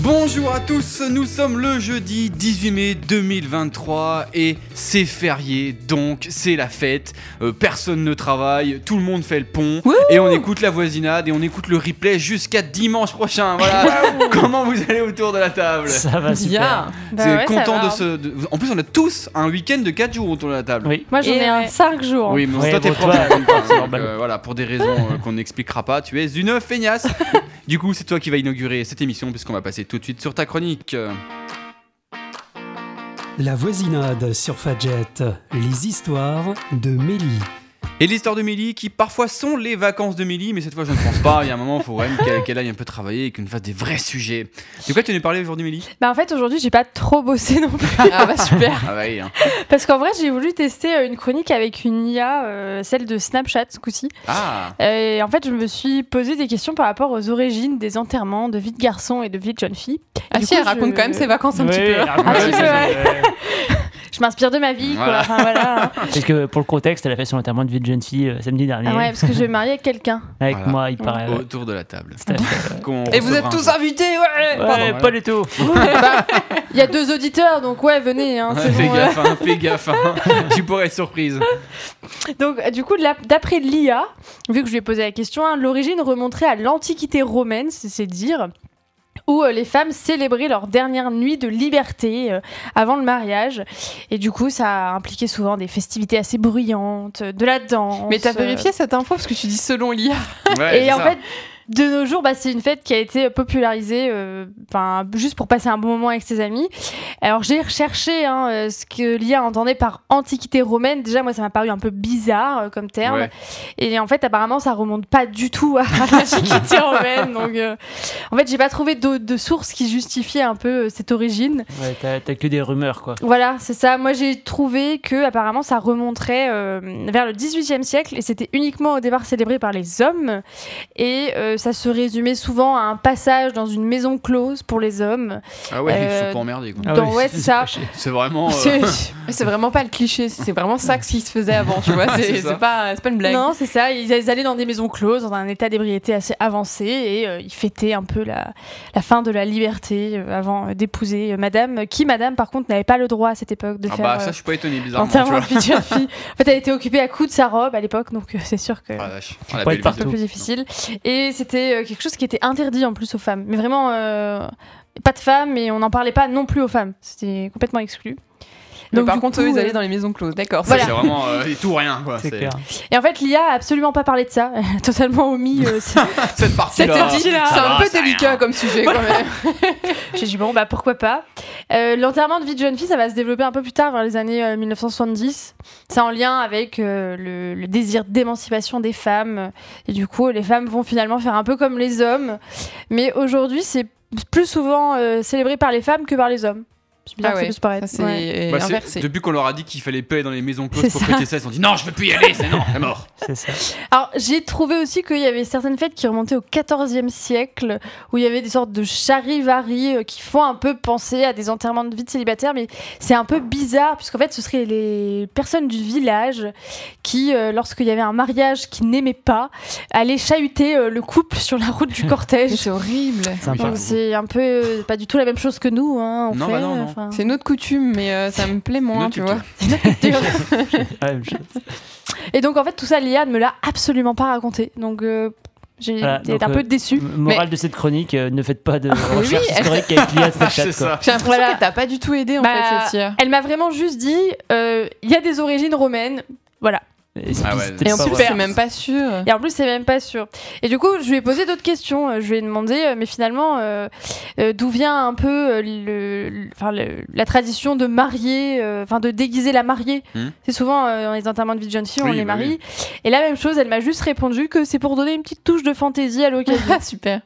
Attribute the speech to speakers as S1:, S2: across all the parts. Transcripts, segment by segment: S1: Bonjour à tous, nous sommes le jeudi 18 mai 2023 et c'est férié, donc c'est la fête, Euh, personne ne travaille, tout le monde fait le pont
S2: Wouhou
S1: et on écoute la voisinade et on écoute le replay jusqu'à dimanche prochain. Voilà comment vous allez autour de la table.
S3: Ça
S2: Ah,
S3: va super.
S2: Bien. Bah
S1: C'est content
S2: hein.
S1: de ce. de- En plus, on a tous un week-end de 4 jours autour de la table.
S3: Oui.
S4: Moi j'en
S2: Et
S4: ai un
S2: ouais.
S4: 5 jours.
S1: Oui, mais
S3: Ouais,
S1: toi t'es
S3: bon,
S1: prof
S3: toi,
S1: de compta,
S3: c'est
S1: donc,
S3: normal.
S1: euh, voilà, pour des raisons euh, qu'on n'expliquera pas, tu es une feignasse. du coup, c'est toi qui vas inaugurer cette émission puisqu'on va passer tout de suite sur ta chronique. Euh,
S5: La voisinade sur Fadjet, les histoires de Mélie.
S1: Et l'histoire de Mélie qui parfois sont les vacances de Mélie, mais cette fois je ne pense pas. Il y a un moment, il faut quand même qu'elle qu'elle aille un peu travailler et qu'elle nous fasse des vrais sujets. De quoi tu nous parlais aujourd'hui, Mélie
S4: Bah en fait aujourd'hui j'ai pas trop bossé non plus.
S2: Ah bah super.
S1: Ah bah oui, hein.
S4: Parce qu'en vrai j'ai voulu tester euh, une chronique avec une IA, euh, celle de Snapchat ce coup-ci.
S1: Ah
S4: Et en fait je me suis posé des questions par rapport aux origines des enterrements de vie de garçon et de vie de jeune fille. Et
S2: Ah
S4: du
S2: si,
S4: coup,
S2: elle raconte
S4: je-
S2: quand même ses vacances un
S3: Oui,
S2: petit peu. hein.
S3: raconte-le,
S4: Un petit
S3: c'est
S4: peu,
S3: ça, ouais.
S4: Je m'inspire de ma vie quoi.
S1: Voilà.
S4: Enfin, voilà, hein.
S3: Parce que pour le contexte, elle a fait son enterrement de vie de jeune fille euh, samedi dernier.
S4: Ah ouais parce que je vais me marier avec quelqu'un.
S3: Avec
S1: Voilà.
S3: moi, il paraît. ouais.
S1: Autour de la table.
S3: Tout Euh, à
S1: Qu'on
S2: Et vous êtes
S1: recevra
S2: tous
S1: un-
S2: invités, ouais.
S3: Ouais,
S1: Pardon,
S3: pas du tout.
S2: Bah.
S4: Il y a deux auditeurs donc ouais venez. hein, c'est
S1: Ouais, fais
S4: bon,
S1: gaffe, hein, fais gaffe, hein. tu pourrais être surprise.
S4: Donc, euh, du coup, de la- d'après l'IA, vu que je lui ai posé la question, hein, l'origine remonterait à l'Antiquité romaine, si c'est dire, où euh, les femmes célébraient leur dernière nuit de liberté euh, avant le mariage. Et du coup, ça impliquait souvent des festivités assez bruyantes, euh, de la danse.
S2: Mais t'as
S4: euh,
S2: vérifié cette info parce que tu dis selon l'IA.
S1: Ouais,
S4: et
S1: c'est
S4: en
S1: ça.
S4: fait, de nos jours, bah, c'est une fête qui a été popularisée euh, enfin, juste pour passer un bon moment avec ses amis. Alors j'ai recherché hein, euh, ce que l'IA entendait par antiquité romaine. Déjà, moi, ça m'a paru un peu bizarre euh, comme terme.
S1: Ouais.
S4: Et en fait, apparemment, ça remonte pas du tout à l'antiquité romaine. Donc, euh, en fait, j'ai pas trouvé de, de source qui justifiait un peu euh, cette origine.
S3: Ouais, t'as t'as que des rumeurs, quoi.
S4: Voilà, c'est ça. Moi, j'ai trouvé que apparemment ça remonterait euh, vers le 18e siècle et c'était uniquement au départ célébré par les hommes. Et euh, ça se résumait souvent à un passage dans une maison close pour les hommes.
S1: Ah ouais, ils
S4: euh,
S1: sont pas emmerdés. quoi.
S4: Ah Dans- ouais, c'est ça.
S1: C'est vraiment. euh,
S4: C'est-
S2: Mais c'est vraiment pas le cliché, c'est vraiment ça que ce qui se faisait avant, tu vois.
S1: Ah, C'est
S2: C'est
S1: ça.
S2: c'est pas, c'est pas une blague.
S4: Non, c'est ça. Ils ils allaient dans des maisons closes, dans un état d'ébriété assez avancé, et euh, ils fêtaient un peu la, la fin de la liberté euh, avant euh, d'épouser euh, Madame, qui Madame par contre n'avait pas le droit à cette époque de
S1: Ah
S4: faire
S1: bah ça,
S4: euh,
S1: je suis pas étonné, bizarrement. Tu
S4: l'enterrement
S1: vois.
S4: de vie de jeune fille. En fait, elle était occupée à coups de sa robe à l'époque, donc euh, c'est sûr que.
S1: Ah, vache. Ah, la
S3: Pas
S1: belle
S3: être
S1: vie.
S4: un peu
S3: Tout.
S4: plus difficile. Et c'était euh, quelque chose qui était interdit en plus aux femmes. Mais vraiment, euh, pas de femmes et on n'en parlait pas non plus aux femmes. C'était complètement exclu.
S2: Mais
S4: Donc,
S2: par
S4: du
S2: contre,
S4: coup,
S2: eux, ils
S4: euh,
S2: allaient dans les maisons closes, d'accord.
S1: Ça,
S4: Voilà.
S1: C'est vraiment euh, et tout ou rien quoi.
S3: C'est
S1: C'est-
S3: clair.
S4: Et en fait, l'IA a absolument pas parlé de ça. Elle a totalement omis. euh, ce-
S1: Cette partie
S2: C'était
S1: là.
S2: dit, c'est
S1: va,
S2: un peu
S1: c'est rien.
S2: délicat comme sujet quand même.
S4: J'ai dit, bon, bah pourquoi pas. Euh, L'enterrement de vie de jeune fille, ça va se développer un peu plus tard, vers les années euh, 1970. C'est en lien avec euh, le, le désir d'émancipation des femmes. Et du coup, les femmes vont finalement faire un peu comme les hommes. Mais aujourd'hui, c'est plus souvent euh, célébré par les femmes que par les hommes. C'est
S2: Ah
S4: bizarre que ça
S2: ouais,
S4: puisse paraître.
S2: Ça, c'est
S4: Ouais.
S1: Bah, c'est-
S2: inversé.
S1: depuis qu'on leur a dit qu'il fallait pas aller dans les maisons closes
S4: C'est
S1: pour
S4: ça.
S1: fêter ça, ils se sont dit non, je veux plus y aller, c'est non, c'est mort.
S3: C'est ça.
S4: Alors, j'ai trouvé aussi qu'il y avait certaines fêtes qui remontaient au XIVe siècle, où il y avait des sortes de charivari euh, qui font un peu penser à des enterrements de vie de célibataire, mais c'est un peu bizarre, puisqu'en fait, ce seraient les personnes du village qui, euh, lorsqu'il y avait un mariage qu'ils n'aimaient pas, allaient chahuter euh, le couple sur la route du
S2: Mais
S4: cortège.
S2: C'est horrible.
S3: C'est un peu-
S4: Donc, c'est un peu euh, pas du tout la même chose que nous, hein, on
S1: Non,
S4: fait,
S1: bah non, non.
S4: enfin.
S2: C'est une autre coutume, mais euh, ça me plaît moins,
S1: Notre
S2: tu
S1: culture.
S2: vois.
S3: la même chose.
S4: Et donc, en fait, tout ça, l'IA ne me l'a absolument pas raconté, donc euh, j'ai
S3: Voilà,
S4: été
S3: donc,
S4: un
S3: euh,
S4: peu déçue.
S3: Morale de cette chronique, euh, ne faites pas de recherche
S2: elle-
S3: historique avec l'IA de Snapchat,
S1: Ah, C'est
S3: quoi.
S1: ça.
S2: J'ai l'impression
S4: Voilà.
S2: qu'elle t'a pas du tout aidé en
S4: Bah,
S2: fait, cette IA.
S4: Elle m'a vraiment juste dit euh, il y a des origines romaines. Voilà.
S3: Et
S1: Ah ouais,
S3: c'est-
S1: c'est
S2: Et en
S3: pas
S2: plus,
S3: vrai.
S2: c'est même pas sûr.
S4: Et en plus, c'est même pas sûr. Et du coup, je lui ai posé d'autres questions. Euh, Je lui ai demandé, euh, mais finalement, euh, euh, d'où vient un peu euh, le, le- enfin, le- la tradition de marier, euh, enfin de déguiser la mariée
S1: Hmm.
S4: C'est souvent euh, dans les enterrements de vie de jeune fille, on
S1: Oui,
S4: les
S1: bah
S4: marie. Et la même chose, elle m'a juste répondu que c'est pour donner une petite touche de fantaisie à l'occasion.
S2: Ah, super.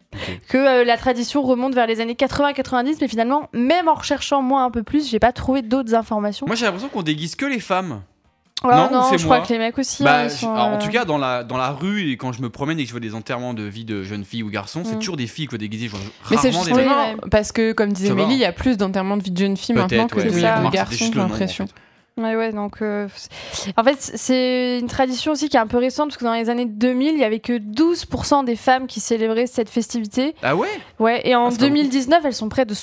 S4: que euh, la tradition remonte vers les années 80-90, mais finalement, même en recherchant moi un peu plus, j'ai pas trouvé d'autres informations.
S1: Moi j'ai l'impression qu'on déguise que les femmes.
S4: Ah
S1: non, c'est
S4: je crois
S1: moi.
S4: que les mecs aussi. hein,
S1: Bah,
S4: ils sont,
S1: alors, en
S4: euh,
S1: tout cas dans la dans la rue et quand je me promène et que je vois des enterrements de vie de jeunes filles ou garçons, c'est
S4: Mm.
S1: toujours des filles quoi déguisées. Je vois
S2: Mais c'est
S1: rarement des mecs.
S2: justement
S4: Oui,
S2: parce que, comme disait
S1: Ça va.
S2: Mélie, il y a plus d'enterrements de vie de jeune fille maintenant
S1: Peut-être,
S2: que
S1: ouais,
S2: de
S1: c'est
S2: vie
S4: ça.
S1: marrant,
S2: de
S1: c'est
S2: garçon,
S1: juste
S2: j'ai
S1: le nom, en
S2: l'impression.
S1: fait.
S4: Ouais, ouais, donc. euh, c'est- en fait, c'est une tradition aussi qui est un peu récente, parce que dans les années 2000, il y avait que 12% des femmes qui célébraient cette festivité.
S1: Ah ouais
S4: Ouais, et en
S1: Ah, c'est pas
S4: 2019, elles sont près de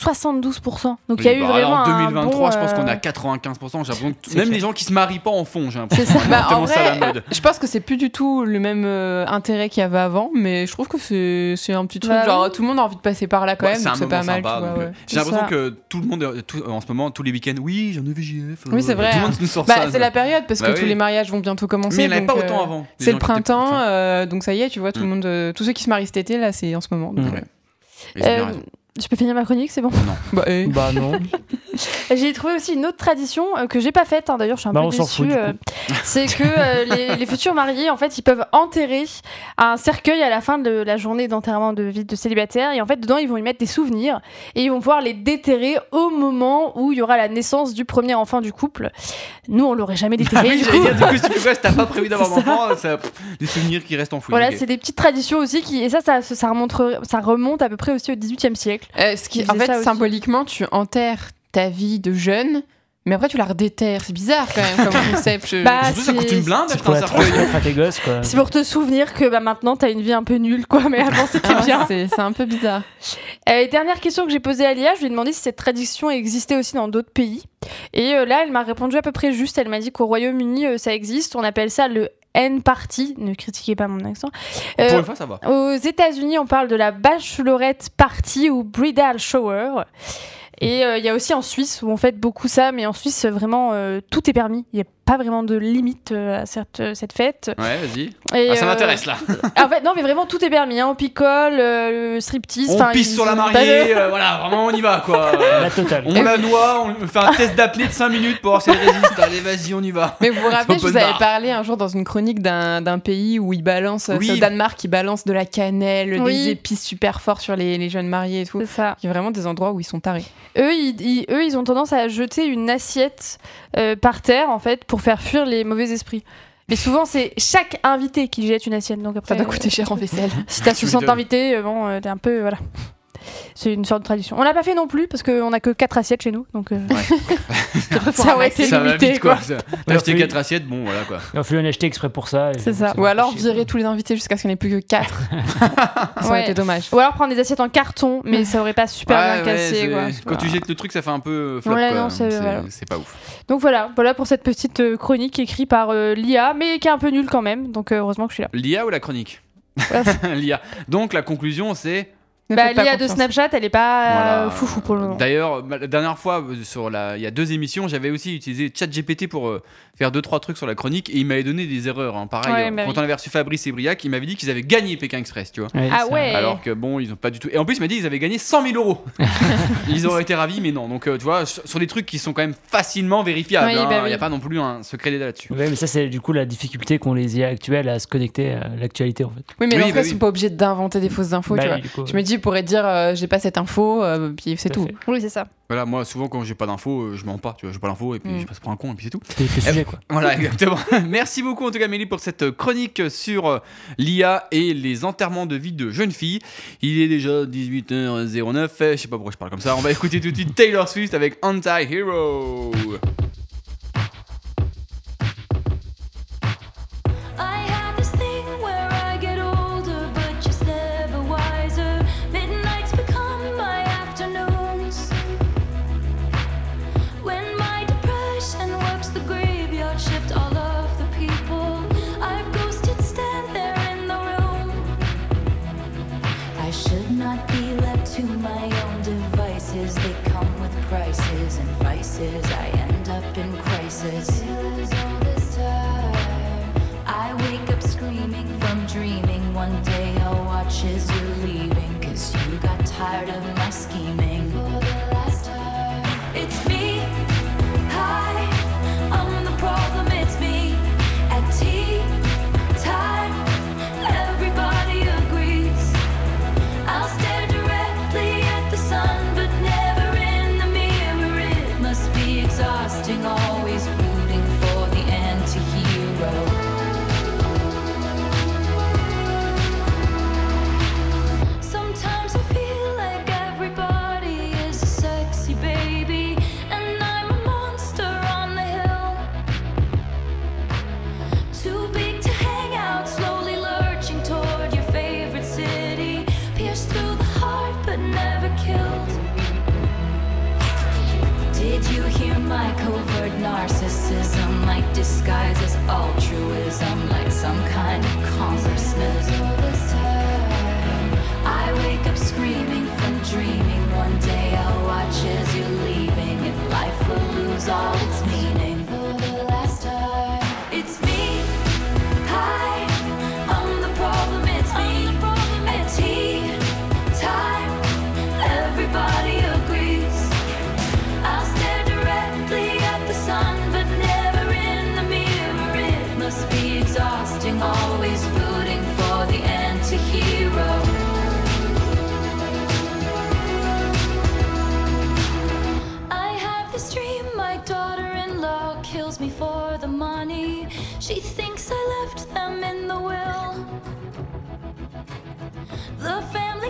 S4: 72%. Donc il y a
S1: Oui,
S4: eu
S1: bah,
S4: vraiment.
S1: alors, En
S4: un
S1: 2023,
S4: bond,
S1: je pense qu'on
S4: euh,
S1: a 95%. J'ai l'impression que
S3: C'est
S1: même
S3: clair.
S1: les gens qui se marient pas en font, j'ai l'impression.
S4: C'est ça.
S2: Bah, en
S1: Tellement ça
S2: vrai,
S1: la mode.
S2: je pense que c'est plus du tout le même euh, intérêt qu'il y avait avant, mais je trouve que c'est c'est un petit truc.
S4: Bah oui.
S2: genre, tout le monde a envie de passer par là quand
S1: Ouais,
S2: même,
S1: c'est un
S2: donc c'est
S1: moment
S2: pas mal.
S1: sympa,
S2: tu vois,
S1: donc, euh,
S2: ouais.
S1: J'ai
S4: C'est
S1: l'impression
S4: ça.
S1: que tout le monde, euh, tout- euh, en ce moment, tous les week-ends, oui, j'ai un EVJF. euh,
S2: Oui, c'est vrai,
S1: Tout le
S2: hein.
S1: monde nous sort
S2: Bah,
S1: ça.
S2: c'est la période parce
S1: Bah
S2: que
S1: oui.
S2: tous les mariages vont bientôt commencer.
S1: Mais il n'y en avait
S2: donc,
S1: pas
S2: euh,
S1: autant avant. les
S2: C'est
S1: gens
S2: le
S1: qui étaient-
S2: printemps,
S1: Enfin,
S2: euh, donc ça y est, tu vois, tout le
S1: Mm.
S2: monde, euh, tous ceux qui se marient cet été, là, c'est en ce moment. donc,
S3: Mm.
S2: ouais.
S1: ils ont bien
S4: euh,
S1: raison.
S4: Je peux finir ma chronique, c'est bon.
S2: Bah, eh.
S3: Bah non.
S4: J'ai trouvé aussi une autre tradition euh, que j'ai pas faite, hein, d'ailleurs je suis un
S3: Bah,
S4: peu
S3: on s'en
S4: déçue.
S3: fout, du
S4: euh, c'est que euh, les, les futurs mariés, en fait, ils peuvent enterrer un cercueil à la fin de la journée d'enterrement de vie de célibataire. Et en fait, dedans, ils vont y mettre des souvenirs et ils vont pouvoir les déterrer au moment où il y aura la naissance du premier enfant du couple. Nous, on l'aurait jamais
S1: Ah
S4: déterré.
S1: oui,
S4: du
S1: j'allais
S4: coup.
S1: dire, du coup, si tu fais quoi, si t'as pas prévu d'avoir un
S4: C'est ça.
S1: enfant, ça- pff, des souvenirs qui restent enfouis.
S4: Voilà,
S1: ok.
S4: c'est des petites traditions aussi qui et ça ça, ça, remonte, ça remonte à peu près aussi au 18e siècle.
S2: Euh, ce qui,
S4: Ils
S2: en fait,
S4: faisaient ça aussi.
S2: symboliquement, tu enterres ta vie de jeune, mais après tu la redéterres. C'est bizarre quand même comme concept. je-
S4: Bah,
S1: Surtout, ça coûte une blinde
S3: C'est
S1: d'acheter
S3: pour
S1: un
S3: la
S1: cercueil.
S3: transmettre à tes gosses, quoi.
S4: C'est pour te souvenir que bah, maintenant t'as une vie un peu nulle quoi, mais avant c'était
S2: Ah ouais,
S4: bien.
S2: c'est c'est un peu bizarre.
S4: Euh, dernière question que j'ai posée à Lia, je lui ai demandé si cette tradition existait aussi dans d'autres pays. Et euh, là, elle m'a répondu à peu près juste. Elle m'a dit qu'au Royaume-Uni, euh, ça existe. On appelle ça le N party. Ne critiquez pas mon accent. Euh,
S1: Pour une fois, ça va.
S4: aux États-Unis, on parle de la bachelorette party ou bridal shower. Et euh, il y a aussi en Suisse où on fait beaucoup ça, mais en Suisse, euh, vraiment, euh, tout est permis. Il n'y a pas vraiment de limite euh, à cette, cette fête.
S1: Ouais, vas-y.
S4: Et,
S1: Ah, ça
S4: euh,
S1: m'intéresse là.
S4: En fait, non, mais vraiment, tout est permis. hein. On picole, euh, le striptease.
S1: On
S4: enfin,
S1: pisse
S4: ils
S1: sur la
S4: ont pas de-
S1: mariée, euh, voilà, vraiment on y va quoi.
S3: La totale.
S1: On la noie, on fait un test d'apnée de 5 minutes pour voir si elle résiste. Allez, vas-y, on y va.
S2: Mais vous vous rappelez, je
S1: Open
S2: vous avais
S1: bar.
S2: parlé un jour dans une chronique d'un d'un pays où ils balancent, euh,
S1: Oui.
S2: c'est au Danemark, ils balancent de la cannelle,
S4: Oui.
S2: des épices super fortes sur les, les jeunes mariés et tout.
S4: C'est ça.
S2: Il y a vraiment des endroits où ils sont tarés.
S4: Eux ils, ils- eux, ils ont tendance à jeter une assiette euh, par terre, en fait, pour faire fuir les mauvais esprits. Mais souvent, c'est chaque invité qui jette une assiette. Donc
S2: Ça
S4: après,
S2: doit coûter cher en vaisselle.
S4: euh, si t'as
S1: Tu
S4: 60
S1: m'étonnes.
S4: invités, euh, bon, euh, t'es un peu. Voilà. C'est une sorte de tradition. On l'a pas fait non plus, parce qu'on a que 4 assiettes chez nous. Donc, euh,
S2: un
S4: ça aurait été
S1: Ça va
S4: limité,
S1: vite quoi. Ça- T'as
S3: Alors,
S1: acheté
S3: oui.
S1: 4 assiettes, bon voilà quoi.
S3: Il a fallu en acheter exprès pour ça. et
S4: C'est ça.
S2: Ou alors
S3: je sais
S2: virer tous les invités jusqu'à ce qu'il n'y en ait plus que 4. Ça
S4: Ouais.
S2: aurait été dommage.
S4: Ou alors prendre des assiettes en carton, mais ça aurait pas super
S1: Ouais,
S4: bien
S1: ouais,
S4: cassé.
S1: c'est-
S4: quoi.
S1: Quand tu jettes le truc, ça fait un peu euh, flop
S4: Ouais,
S1: quoi.
S4: non, c'est- voilà.
S1: C'est pas ouf.
S4: Donc voilà, voilà pour cette petite euh, chronique écrite par euh, l'IA, mais qui est un peu nulle quand même. Donc euh, heureusement que je suis là.
S1: L'IA ou la chronique
S4: Ouais,
S1: L'IA. Donc la conclusion c'est.
S2: Ne
S4: Bah,
S2: faites pas
S4: l'IA de
S2: confiance.
S4: Snapchat, elle est pas
S1: voilà,
S4: euh, foufou pour le moment.
S1: D'ailleurs, ma- la dernière fois, euh, sur la... il y a deux émissions, j'avais aussi utilisé ChatGPT pour euh, faire deux trois trucs sur la chronique et il m'avait donné des erreurs. hein. Pareil,
S4: Ouais,
S1: euh,
S4: bah
S1: quand
S4: oui.
S1: on avait reçu Fabrice et Briac, il m'avait dit qu'ils avaient gagné Pékin Express, tu vois.
S3: pas.
S4: Ah
S3: ça-
S4: ouais.
S1: Alors que bon, ils ont pas du tout. Et en plus, il m'a dit qu'ils avaient gagné 100 000 euros. ils auraient été ravis, mais non. Donc, euh, tu vois, s- sur des trucs qui sont quand même facilement vérifiables, hein.
S4: Oui,
S1: il
S4: bah
S1: n'y
S4: oui.
S1: a pas non plus un secret d'État là-dessus.
S3: Ouais, mais ça, c'est du coup la difficulté qu'ont les IA actuelles à se connecter à l'actualité, en fait.
S2: Oui, mais
S1: Oui,
S2: dans
S1: bah
S2: ce cas,
S1: oui.
S2: ils sont pas obligés d'inventer des fausses infos.
S3: Bah,
S2: tu vois.
S3: du coup,
S2: Je me dis, ils pourraient dire, euh, j'ai pas cette info, euh, puis c'est
S3: Tout à
S2: tout.
S3: fait.
S4: Oui, c'est ça.
S1: Voilà, moi, souvent, quand j'ai pas d'infos, euh, je mens pas, tu vois, j'ai pas l'info et puis
S2: Mm.
S1: je passe pour un con et puis c'est tout.
S3: C'était le sujet, quoi.
S1: Voilà, exactement. Merci beaucoup en tout cas Mélie pour cette euh, chronique sur euh, l'IA et les enterrements de vie de jeunes filles. Il est déjà 18h09, euh, je sais pas pourquoi je parle comme ça. On va écouter tout de suite Taylor Swift avec Anti-Hero.
S6: I have this thing where I get older, but just never wiser. Midnights become my afternoons. When my depression works the graveyard shift, all of the people I've ghosted stand there in the room. I should not be left to my own devices. They come with prices and vices. I end up narcissism like disguises altruism like some kind of consciousness. All this time, I wake up screaming from dreaming. One day I'll watch as you're leaving, and life will lose all its meaning. For the last time, it's me. Hi, I'm the problem. It's me. At tea time, everybody agrees. I'll stare directly at the sun, but never in the mirror. It must be exhausting, always rooting for the anti-hero. I have this dream, my daughter-in-law kills me for the money. She thinks I left them in the will. The family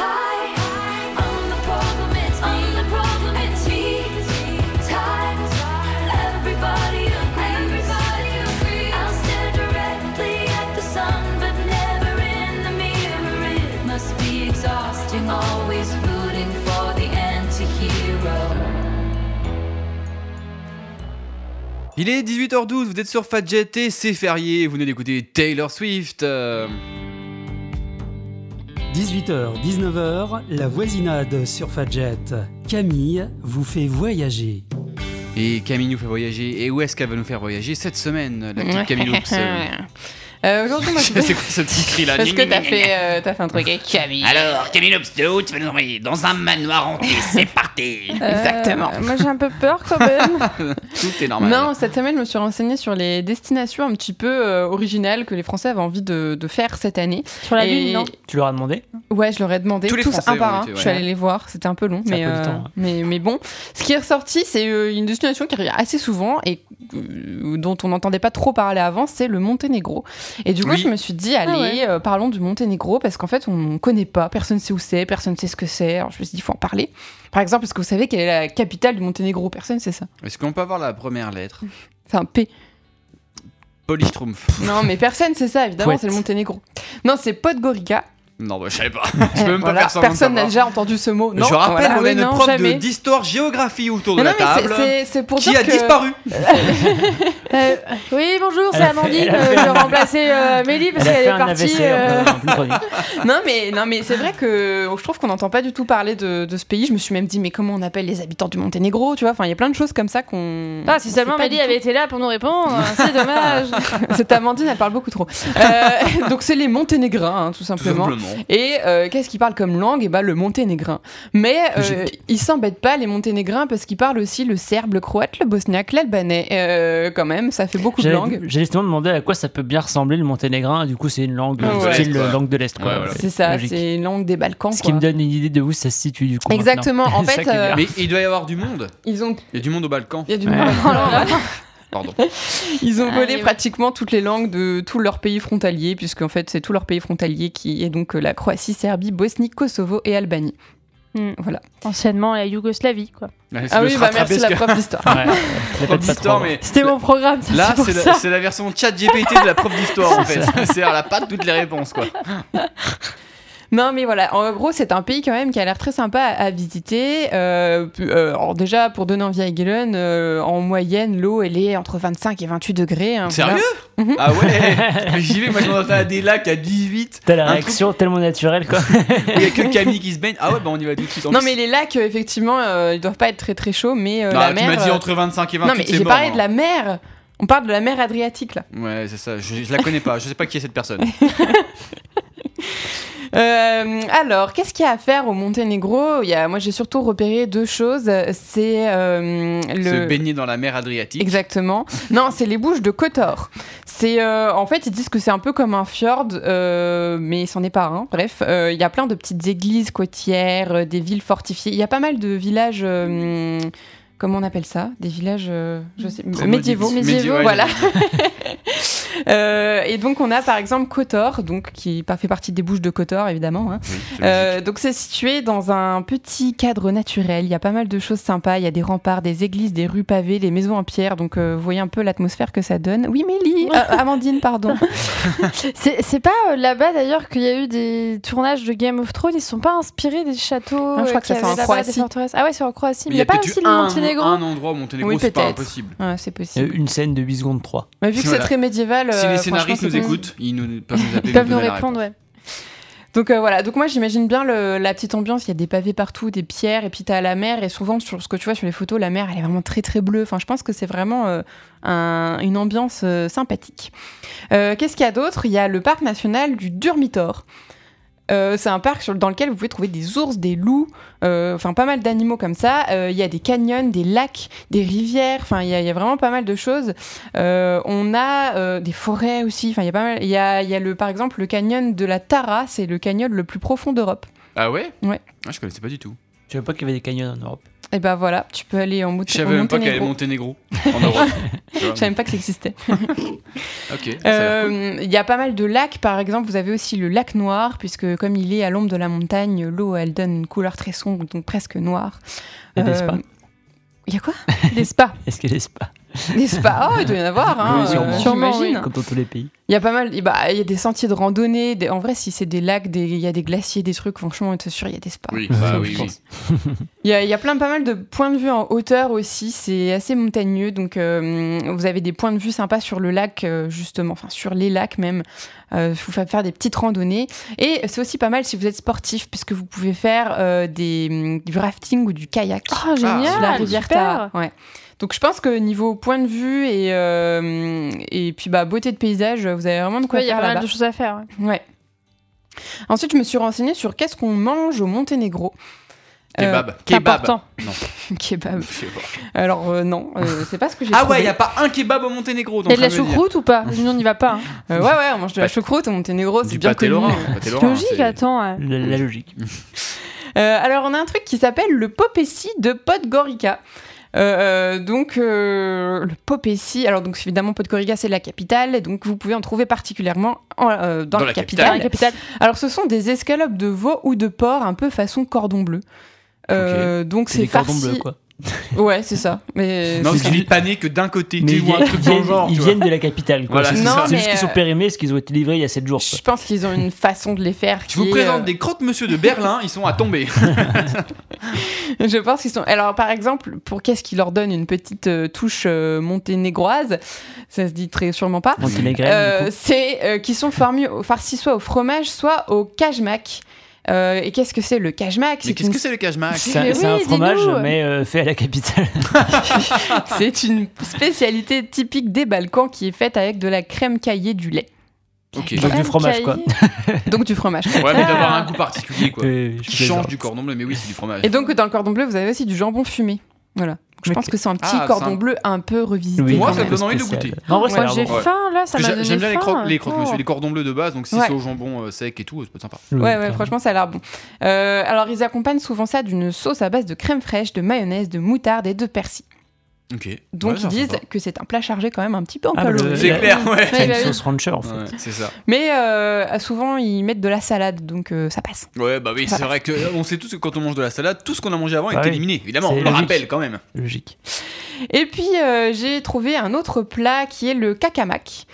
S6: Hi. I'm the problem. It's me. I'm the problem. It's me. Time. Everybody agrees. Everybody agrees. I'll stare directly at the sun, but never in the mirror. It must be exhausting, always rooting for the anti-hero.
S1: Il est 18h12, vous êtes sur Fadjet et c'est férié, vous venez d'écouter Taylor Swift. euh,
S5: 18h, 19h, la voisinade sur Fadjet. Camille vous fait voyager.
S1: et Camille nous fait voyager. Et où est-ce qu'elle va nous faire voyager cette semaine, la petite Camille Loops euh
S2: Euh, Aujourd'hui, moi, je
S1: C'est quoi ce petit cri là
S2: Parce que t'as fait, euh, t'as fait un truc avec Camille.
S7: Alors, Camille Lopes, de où tu vas nous envoyer Dans un manoir hanté, c'est parti
S2: exactement.
S4: Euh, moi j'ai un peu peur quand même.
S1: Tout est normal.
S2: Euh, Non, cette semaine, je me suis renseignée sur les destinations un petit peu euh, originales que les Français avaient envie de, de faire cette année.
S4: Sur la
S2: Et-
S4: lune, non
S3: Tu leur as demandé
S2: Ouais, je leur ai demandé
S1: Tous
S2: tous,
S1: les Français
S2: un par
S1: ont
S2: un.
S1: été,
S2: Je
S1: ouais.
S2: suis allée les voir, c'était un peu long,
S3: Ça
S2: mais,
S3: a pas du
S2: euh,
S3: temps, hein. ouais.
S2: mais, mais bon. Ce qui est ressorti, c'est euh, une destination qui revient assez souvent et euh, dont on n'entendait pas trop parler avant, c'est le Monténégro. Et du coup,
S1: Oui.
S2: je me suis dit, allez,
S4: Ah ouais.
S2: euh, parlons du Monténégro parce qu'en fait, on ne connaît pas, personne ne sait où c'est, personne ne sait ce que c'est. Alors je me suis dit, il faut en parler. Par exemple, est-ce que vous savez quelle est la capitale du Monténégro Personne ne sait ça.
S1: Est-ce qu'on peut avoir la première lettre
S2: C'est un P.
S1: Polystrumpf.
S2: Non, mais personne sait ça, évidemment,
S3: Pouette.
S2: c'est le Monténégro. Non, c'est Podgorica.
S1: Non, bah, je savais pas. Je peux
S2: Eh,
S1: même
S2: voilà,
S1: pas faire semblant de
S2: Personne n'a
S1: savoir.
S2: déjà entendu ce mot. Non,
S1: je rappelle, on a
S2: voilà, oui,
S1: une
S2: non,
S1: prof
S2: jamais.
S1: de d'histoire-géographie autour
S2: Mais
S1: de la
S2: non, mais c'est-
S1: table
S2: c'est- c'est pour
S1: qui
S2: dire
S1: a
S2: que-
S1: disparu.
S4: Euh, oui, bonjour, c'est
S3: Elle a fait-
S4: Amandine.
S3: elle a
S4: euh,
S3: fait
S4: Je
S3: un-
S4: remplaçais euh, Mélie parce
S3: Elle a
S4: qu'elle
S3: fait
S4: est
S3: un
S4: partie.
S3: AVC
S4: euh,
S3: en plus produit.
S2: Non, mais, non, mais c'est vrai que je trouve qu'on n'entend pas du tout parler de, de ce pays. Je me suis même dit, mais comment on appelle les habitants du Monténégro Tu vois, enfin, il y a plein de choses comme ça qu'on.
S4: Ah, si
S2: on sait
S4: seulement
S2: pas
S4: Mélie
S2: du
S4: avait été là pour nous répondre, euh, c'est dommage.
S2: tout. Cette Amandine, elle parle beaucoup trop. Euh, donc, c'est les Monténégrins, hein, tout
S1: Tout
S2: simplement.
S1: simplement.
S2: Et euh, qu'est-ce qu'ils parlent comme langue Eh ben, le monténégrin. Mais euh, ils s'embêtent pas, les monténégrins, parce qu'ils parlent aussi le serbe, le croate, le bosniaque, l'albanais. Euh, quand même, ça fait beaucoup de
S3: J'allais
S2: langues.
S3: j'allais justement demander à quoi ça peut bien ressembler le monténégrin. Du coup, c'est une langue euh,
S1: Langue
S2: de
S3: style
S1: l'Est, ouais.
S3: langue de l'Est. quoi.
S1: Ouais, voilà.
S2: Ah C'est ça,
S3: Logique.
S2: c'est une langue des Balkans.
S3: Ce qui me
S2: quoi.
S3: donne une idée de où ça se situe du coup. maintenant.
S2: Exactement. En
S3: C'est ça
S2: fait,
S3: qui est bien.
S2: euh,
S1: Mais il doit y avoir du monde.
S2: Ils ont.
S1: Il y a du monde au Balkan.
S2: Il y a du
S3: Ouais.
S2: Alors là,
S1: Pardon.
S2: Ils ont
S4: Ah,
S2: volé
S4: et ouais.
S2: pratiquement toutes les langues de tout leur pays frontalier, puisqu'en fait, c'est tout leur pays frontalier qui est donc euh, la Croatie, Serbie, Bosnie, Kosovo et Albanie.
S4: Hmm.
S2: Voilà.
S4: Anciennement, la Yougoslavie, quoi.
S2: Ah oui, bah merci la prof d'histoire.
S3: Ouais, je l'appelle
S1: prof
S3: pas
S1: d'histoire,
S3: trop.
S1: mais
S4: C'était mon programme, ça,
S1: là,
S4: c'est pour
S1: c'est
S4: ça.
S1: la, c'est la version chat GPT de la prof d'histoire en fait. C'est elle a pas toutes les réponses quoi.
S2: Non, mais voilà, en gros, c'est un pays quand même qui a l'air très sympa à, à visiter. Euh, pu- euh, alors déjà, pour donner envie à Gellon, euh, en moyenne, l'eau, elle est entre 25 et 28 degrés. hein, voilà.
S1: Sérieux Ah ouais Mais J'y vais, moi je m'entends à des lacs à 18.
S3: T'as la
S1: Un
S3: réaction tellement naturelle quoi.
S1: truc où Il y a que Camille qui se baigne. Ah ouais, bah on y va tout de suite. En
S2: Non,
S1: plus-
S2: mais les lacs, euh, effectivement, euh, ils doivent pas être très très chauds, mais euh,
S1: Non,
S2: la
S1: Bah, tu
S2: mer.
S1: m'as dit
S2: euh,
S1: entre 25 et 28.
S2: Non, mais
S1: c'est
S2: j'ai
S1: mort,
S2: parlé
S1: hein.
S2: de la mer. On parle de la mer Adriatique là.
S1: Ouais, c'est ça. Je, je la connais pas. Je sais pas qui est cette personne.
S2: Euh, alors, qu'est-ce qu'il y a à faire au Monténégro Il y a, Moi, j'ai surtout repéré deux choses. C'est euh,
S1: Se
S2: le.
S1: baigner dans la mer Adriatique.
S2: Exactement. Non, c'est les bouches de Kotor. C'est euh, en fait ils disent que c'est un peu comme un fjord, euh, mais c'en est pas un. Bref, euh, il y a plein de petites églises côtières, euh, des villes fortifiées. Il y a pas mal de villages. euh, hum, comment on appelle ça Des villages, euh, je sais,
S1: Trop
S2: médiévaux.
S1: maudits. Médiévaux,
S2: voilà. Euh, et donc on a par exemple Kotor, donc qui par- fait partie des bouches de Kotor évidemment. hein.
S1: Oui, c'est
S2: Euh, donc c'est situé dans un petit cadre naturel. Il y a pas mal de choses sympas. Il y a des remparts, des églises, des rues pavées, des maisons en pierre. Donc euh, vous voyez un peu l'atmosphère que ça donne. Oui, Mélie, euh, Amandine, pardon.
S4: C'est c'est pas euh, là-bas d'ailleurs qu'il y a eu des tournages de Game of Thrones. Ils se sont pas inspirés des châteaux.
S2: Non, je crois
S4: euh,
S2: que
S4: qu'il
S2: ça,
S4: y
S2: c'est
S4: avait
S2: en
S4: là-bas, des
S2: Croatie.
S4: forteresses. Ah ouais, c'est en Croatie. Mais il n'y a, pas
S1: peut-être
S4: aussi
S1: eu
S4: le
S1: un,
S4: Monténégro.
S1: un endroit au Monténégro,
S2: Oui,
S1: c'est pas
S2: peut-être.
S1: impossible.
S2: Ouais, c'est
S3: Il y a
S2: possible.
S3: Euh, Une scène de 8 secondes 3.
S2: Mais vu que
S1: Voilà.
S2: c'est très médiéval,
S1: si
S2: euh,
S1: les
S2: franchement,
S1: scénaristes
S2: c'est
S1: nous
S2: possible.
S1: écoutent, ils nous, peuvent nous appeler.
S4: Ils peuvent
S1: nous
S4: nous
S1: donner la
S4: répondre, ouais.
S2: Donc euh, voilà, donc moi j'imagine bien le- la petite ambiance, il y a des pavés partout, des pierres, et puis t'as la mer, et souvent sur ce que tu vois sur les photos, la mer elle est vraiment très très bleue, enfin je pense que c'est vraiment euh, un- une ambiance euh, sympathique. Euh, Qu'est-ce qu'il y a d'autre Il y a le parc national du Durmitor. Euh, c'est un parc sur- dans lequel vous pouvez trouver des ours, des loups, euh, enfin pas mal d'animaux comme ça. Euh, Il y a des canyons, des lacs, des rivières, enfin il y, a- il y a vraiment pas mal de choses. Euh, on a euh, des forêts aussi. Enfin, il y a pas mal. Il y a, il y a le, par exemple, le canyon de la Tara. C'est le canyon le plus profond d'Europe.
S1: Ah ouais
S2: Ouais.
S1: Ah, je connaissais pas du tout.
S3: Je savais pas qu'il y avait des canyons en Europe.
S2: Et ben voilà, tu peux aller en Mont-
S1: Je
S2: au
S1: savais même pas qu'elle allait
S2: Monténégro.
S1: Monténégro en Europe. Tu vois.
S2: Je savais même pas que ça existait.
S1: ok. ça a l'air cool.
S2: Euh, Il y a pas mal de lacs, par exemple, vous avez aussi le lac noir, puisque comme il est à l'ombre de la montagne, l'eau elle donne une couleur très sombre, donc presque noire.
S3: Il y a des
S2: Euh,
S3: spas.
S2: Il y a quoi Des spas.
S3: Est-ce qu'il y a des spas
S2: Des spas, oh, il doit y en avoir, hein,
S3: Oui, sûrement.
S4: Sûrement,
S2: j'imagine.
S3: Comme dans tous les pays.
S2: Il y a pas mal, et bah, il y a des sentiers de randonnée. des- en vrai, si c'est des lacs, des- il y a des glaciers, des trucs, franchement, c'est sûr, il y a des spas.
S1: Oui,
S3: Euh,
S1: bah
S3: je
S1: oui, oui.
S3: pense.
S2: Il y a, il y a plein, pas mal de points de vue en hauteur aussi. C'est assez montagneux, donc euh, vous avez des points de vue sympas sur le lac, euh, justement, enfin sur les lacs même. Euh, vous pouvez faire des petites randonnées. Et c'est aussi pas mal si vous êtes sportif, puisque vous pouvez faire euh, des, hum, du rafting ou du kayak
S4: Oh,
S3: Ah,
S4: génial.
S2: sur la rivière Tara.
S4: super.
S2: Ouais. Donc je pense que niveau point de vue et, euh, et puis bah, beauté de paysage, vous avez vraiment de quoi
S4: Ouais, Il y a
S2: faire
S4: pas mal
S2: là-bas.
S4: de choses à faire. ouais.
S2: Ouais. Ensuite, je me suis renseignée sur qu'est-ce qu'on mange au Monténégro. Euh,
S1: Kebab.
S4: C'est
S1: Kebab.
S4: important.
S2: kebab.
S1: Je sais pas.
S2: Alors euh, non, euh, c'est pas ce que j'ai
S1: Ah
S2: trouvé.
S1: ouais, y a pas un kebab au Monténégro.
S4: Il y a de la
S1: t'es en train me dire.
S4: choucroute ou pas Sinon, on n'y va pas. hein.
S2: Euh, ouais ouais, on mange de la choucroute au Monténégro, Oh, c'est
S1: Du
S2: bien
S1: pâté
S2: connu.
S1: lorrain. pâté lorrain,
S4: Logique,
S1: c'est-
S4: attends. ouais.
S3: La, la logique.
S2: Euh, alors on a un truc qui s'appelle le Popessi de Podgorica. Euh, euh, donc euh, le Popessi, alors donc évidemment Podgorica c'est la capitale, et donc vous pouvez en trouver particulièrement en- euh, dans, la,
S1: Ah,
S2: capitale.
S4: Dans la Ah, capitale.
S2: Alors ce sont des escalopes de veau ou de porc, un peu façon cordon bleu. Euh, Donc
S3: C'est des
S2: c'est
S3: cordons bleus,
S2: farci.
S3: quoi.
S2: Ouais c'est ça. Mais
S1: Non,
S3: C'est
S1: parce qu'il est pané que d'un côté, tu sais,
S3: ils
S1: ou un
S3: viennent-
S1: truc dans le
S3: ils
S1: genre. tu vois.
S3: viennent de la capitale, quoi.
S1: Voilà,
S3: C'est
S1: c'est
S2: ça.
S3: c'est juste
S2: mais,
S3: qu'ils sont
S2: euh,
S3: périmés, parce qu'ils ont été livrés il y a 7 jours.
S2: Je
S3: quoi.
S2: pense qu'ils ont une façon de les faire.
S1: Je
S2: qui
S1: vous
S2: est,
S1: présente
S2: euh,
S1: des croque-monsieur de Berlin, ils sont à tomber.
S2: Je pense qu'ils sont. Alors, par exemple, pour qu'est-ce qui leur donne une petite euh, touche euh, monténégroise Ça se dit très sûrement pas.
S3: Monténégrine,
S2: Euh,
S3: du coup.
S2: c'est euh, qu'ils sont farmis- farcis soit au fromage, soit au cajmac. Euh, et qu'est-ce que c'est le cajmac
S1: Mais
S2: C'est
S1: qu'est-ce
S2: une-
S1: que Ah, c'est le cashmack
S3: C'est un-
S4: Mais
S3: c'est un
S4: oui,
S3: fromage,
S4: dis-nous.
S3: mais euh, fait à la capitale.
S2: c'est une spécialité typique des Balkans qui est faite avec de la crème caillée du lait.
S1: Ok.
S3: Donc du
S4: Crème
S3: fromage, quoi.
S4: caillée.
S2: Donc du fromage.
S1: Ouais, mais d'avoir un goût particulier, quoi.
S3: Euh, je
S1: Qui change
S3: plaisante.
S1: du cordon bleu, mais oui, c'est du fromage.
S2: Et donc, dans le cordon bleu, vous avez aussi du jambon fumé. Voilà. Donc, je
S3: Ok.
S2: pense que c'est un petit
S1: Ah,
S2: cordon
S1: ça-
S2: bleu un peu revisité.
S3: Oui,
S1: Moi,
S2: quand
S1: ça me
S2: même.
S1: donne envie de
S3: spécial.
S1: goûter.
S3: En vrai, ça a
S4: Moi,
S3: l'air
S4: j'ai
S3: bon.
S1: Ouais.
S4: faim là,
S1: Parce
S4: ça m'a
S1: que
S4: donné
S1: j'a- J'aime bien les
S4: faim.
S1: croque, les croque,
S4: Oh.
S1: monsieur, les cordons bleus de base, donc si
S2: Ouais.
S1: c'est au jambon euh, sec et tout, ça peut être sympa.
S2: Ouais, ouais, franchement, ça a l'air bon. Euh, alors, ils accompagnent souvent ça d'une sauce à base de crème fraîche, de mayonnaise, de moutarde et de persil.
S1: Ok.
S2: Donc,
S1: Ouais, ça
S2: ils
S1: a l'air
S2: disent
S1: sympa.
S2: que c'est un plat chargé quand même un petit peu en
S3: Ah,
S2: calories.
S3: bah, le-
S1: C'est
S3: la-
S1: clair, ouais.
S3: C'est
S4: Ouais,
S3: une
S4: bah oui.
S3: sauce rancher, en fait.
S1: Ouais, c'est ça.
S2: Mais euh, souvent, ils mettent de la salade, donc euh, ça passe.
S1: Ouais, bah oui,
S2: Ça
S1: c'est vrai que euh, on sait tous que quand on mange de la salade, tout ce qu'on a mangé avant
S3: Bah
S1: est
S3: oui.
S1: éliminé, évidemment.
S3: C'est
S1: On le
S3: logique.
S1: rappelle quand même.
S3: Logique.
S2: Et puis, euh, j'ai trouvé un autre plat qui est le cacamak.